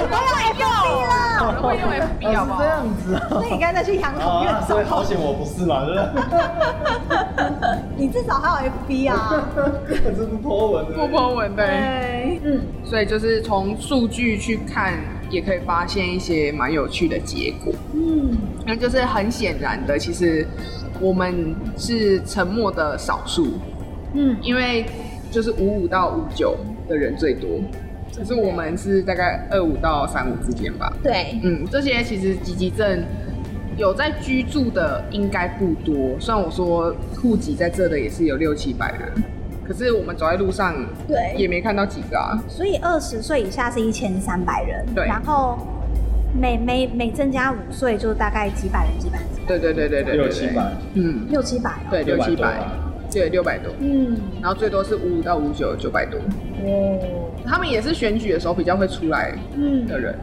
Speaker 1: 公会用，
Speaker 3: <laughs> 啊
Speaker 1: 老公会用 FB 好不
Speaker 2: 哦是
Speaker 1: 好？
Speaker 2: 这样子啊。
Speaker 3: 那你刚才去养老院
Speaker 2: 啊，所
Speaker 3: 走
Speaker 2: 以
Speaker 1: <laughs>
Speaker 2: 好险我不是嘛，对
Speaker 3: 你至少还有 FB 啊。
Speaker 2: 不对？这是颇文的。
Speaker 1: 不波文对，
Speaker 3: 对，嗯，
Speaker 1: 所以就是从数据去看，也可以发现一些蛮有趣的结果。
Speaker 3: 嗯，
Speaker 1: 那就是很显然的，其实我们是沉默的少数，
Speaker 3: 嗯，
Speaker 1: 因为就是五五到五九的人最多，可是我们是大概二五到三五之间吧。
Speaker 3: 对，
Speaker 1: 嗯，这些其实积极症有在居住的应该不多，虽然我说户籍在这的也是有六七百人，可是我们走在路上
Speaker 3: 对
Speaker 1: 也没看到几个啊。
Speaker 3: 所以二十岁以下是一千三百人，
Speaker 1: 对
Speaker 3: 然后每每每增加五岁就大概几百人，几百人，
Speaker 1: 对对对对对对，
Speaker 2: 六七百，
Speaker 1: 嗯，
Speaker 3: 六七百、哦。
Speaker 1: 对六七百
Speaker 2: 600多啊吧，
Speaker 1: 对六百多，
Speaker 3: 嗯，
Speaker 1: 然后最多是五五到五九九百多，
Speaker 3: 哦，
Speaker 1: 他们也是选举的时候比较会出来
Speaker 3: 嗯，
Speaker 1: 的人，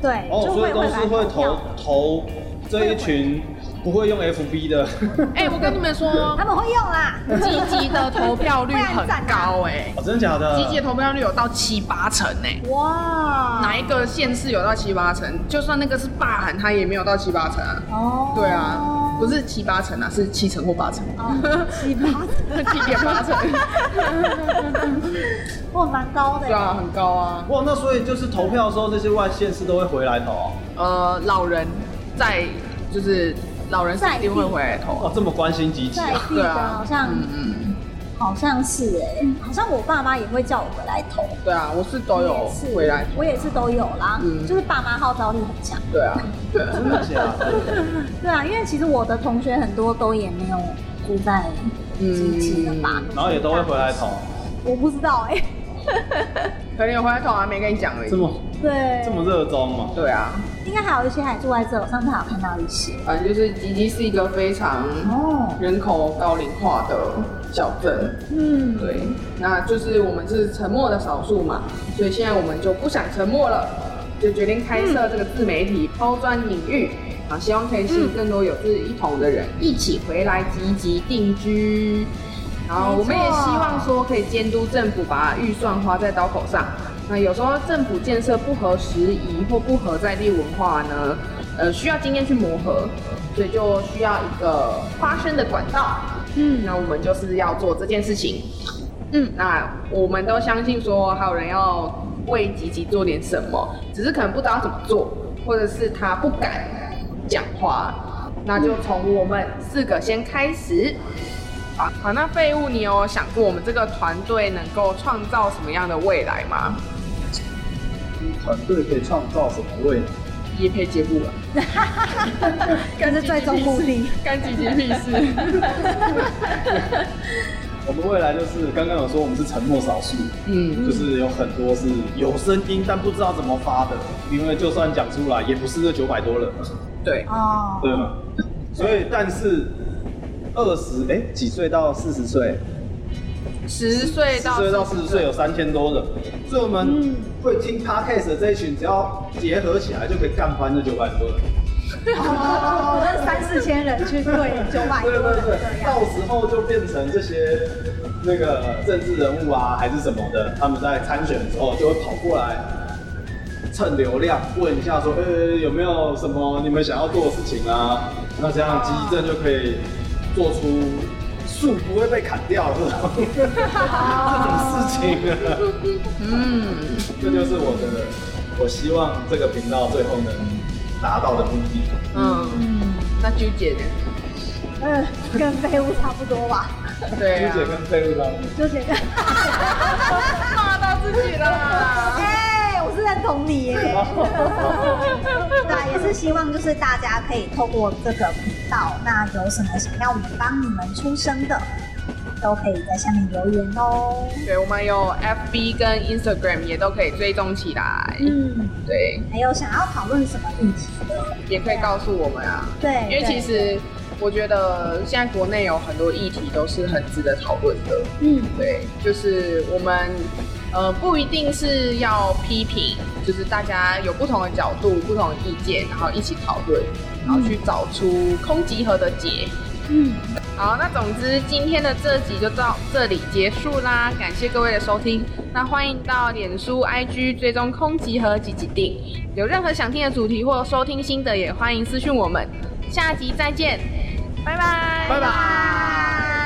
Speaker 3: 对，
Speaker 2: 哦，
Speaker 3: 就
Speaker 2: 所以
Speaker 3: 会
Speaker 2: 都
Speaker 3: 来
Speaker 2: 是会投
Speaker 3: 票
Speaker 2: 投这一群不会用 FB 的。 <laughs>
Speaker 1: 哎、我跟你们说
Speaker 3: 他，们会用啦，
Speaker 1: <laughs> 积极的投票
Speaker 3: <laughs>
Speaker 1: 率很
Speaker 3: 啊
Speaker 1: 高哎、
Speaker 2: 哦，真的假的？
Speaker 1: 积极的投票率有到七八成哎、
Speaker 3: 哇，
Speaker 1: 哪一个县市有到七八成？就算那个是霸韩，它也没有到七八成啊。
Speaker 3: 哦，
Speaker 1: 对啊，不是七八成啊，是七成或八成，啊
Speaker 3: 七八，
Speaker 1: 七点八成，
Speaker 3: 哇，蛮高的
Speaker 1: <laughs> 对
Speaker 3: 耶。
Speaker 1: 啊，很高啊。
Speaker 2: 哇，那所以就是投票的时候，这些外县市都会回来投哦，
Speaker 1: 呃，老人在就是老人是一定会回来投，
Speaker 2: 哦哇，这么关心集体
Speaker 3: 在
Speaker 2: 啊，
Speaker 3: 地
Speaker 1: 对
Speaker 3: 的
Speaker 1: 啊，
Speaker 3: 好像
Speaker 1: 嗯嗯，
Speaker 3: 好像是哎，好像我爸妈也会叫我回来投，
Speaker 1: 对啊，我是都有
Speaker 3: 我也是
Speaker 1: 回来投，
Speaker 3: 我也是都有啦，
Speaker 1: 嗯
Speaker 3: 就是爸妈号召力很强。
Speaker 1: 对啊，
Speaker 2: 真的假的？
Speaker 3: 对啊，因为其实我的同学很多都也没有住在集体的吧，
Speaker 2: 然后也都会回来投，啊
Speaker 3: 我不知道哎、
Speaker 1: 可能有回来投，还没跟你讲而已
Speaker 2: 这。么
Speaker 3: 对，
Speaker 2: 这么热衷嘛？
Speaker 1: 对啊，
Speaker 3: 应该还有一些还住在这，我上次还有看到一些。
Speaker 1: 反正就是吉吉是一个非常
Speaker 3: 哦，
Speaker 1: 人口高龄化的小镇，
Speaker 3: 嗯，
Speaker 1: 对，那就是我们是沉默的少数嘛，所以现在我们就不想沉默了，就决定开设这个自媒体抛砖引玉啊，希望可以吸引更多有志一同的人一起回来积极定居。然后我们也
Speaker 3: 没错
Speaker 1: 希望说可以监督政府把预算花在刀口上。那有时候政府建设不合时宜或不合在地文化呢，呃，需要经验去磨合，所以就需要一个发声的管道。嗯，那我们就是要做这件事情。嗯，那我们都相信说还有人要为吉吉做点什么，只是可能不知道怎么做，或者是他不敢讲话，那就从我们四个先开始。好，好啊那废物，你有想过我们这个团队能够创造什么样的未来吗？
Speaker 2: 团队可以创造什么未来？
Speaker 1: 也配接不了，
Speaker 3: 这是最终目的。
Speaker 1: 干吉吉屁事。
Speaker 2: 我们未来就是刚刚有说我们是沉默少数，
Speaker 1: 嗯，
Speaker 2: 就是有很多是有声音但不知道怎么发的，因为就算讲出来也不是那九百多人，
Speaker 1: 对，
Speaker 3: 哦，
Speaker 2: 对吗？所以但是二十哎几岁到四十岁，
Speaker 1: 十岁
Speaker 2: 十
Speaker 1: 到
Speaker 2: 岁到四十岁嗯有三千多人，所以我们会听 podcast 的这一群，只要结合起来就可以干翻这九百多人。
Speaker 3: 哦，那三四千人去对九百多
Speaker 2: 对对
Speaker 3: 人
Speaker 2: 对
Speaker 3: 这，样
Speaker 2: 到。时候就变成这些那个政治人物啊，还是什么的，他们在参选的时候就会跑过来蹭流量，问一下说，呃、有没有什么你们想要做的事情啊？那这样基政就可以做出树不会被砍掉这种这种事情啊。
Speaker 1: 嗯，
Speaker 2: 这就是我的，我希望这个频道最后能达到的目的。
Speaker 1: 嗯，那纠结呢？
Speaker 3: 嗯，跟废物差不多吧，
Speaker 1: 对
Speaker 2: 朱
Speaker 1: 啊
Speaker 2: 姐，跟废物当中。
Speaker 3: <laughs> 就是。
Speaker 1: 骂到自己了。
Speaker 3: 哎，我是认同你耶。 <laughs> 对啊，也是希望就是大家可以透过这个频道，那有什么想要我们帮你们出声的，都可以在下面留言哦。
Speaker 1: 对，我们有 FB 跟 Instagram 也都可以追踪起来。
Speaker 3: 嗯，
Speaker 1: 对，
Speaker 3: 还有想要讨论什么议题的，
Speaker 1: 也可以告诉我们啊，
Speaker 3: 对，
Speaker 1: 因为其
Speaker 3: 对
Speaker 1: 实我觉得现在国内有很多议题都是很值得讨论的。
Speaker 3: 嗯
Speaker 1: 对，就是我们呃不一定是要批评，就是大家有不同的角度、不同的意见，然后一起讨论，然后去找出空集合的解。
Speaker 3: 嗯，
Speaker 1: 好，那总之今天的这集就到这里结束啦，感谢各位的收听。那欢迎到脸书、IG 追踪空集合集集定，有任何想听的主题或收听心得，也欢迎私讯我们。下集再见，拜拜，
Speaker 2: 拜拜
Speaker 3: 拜。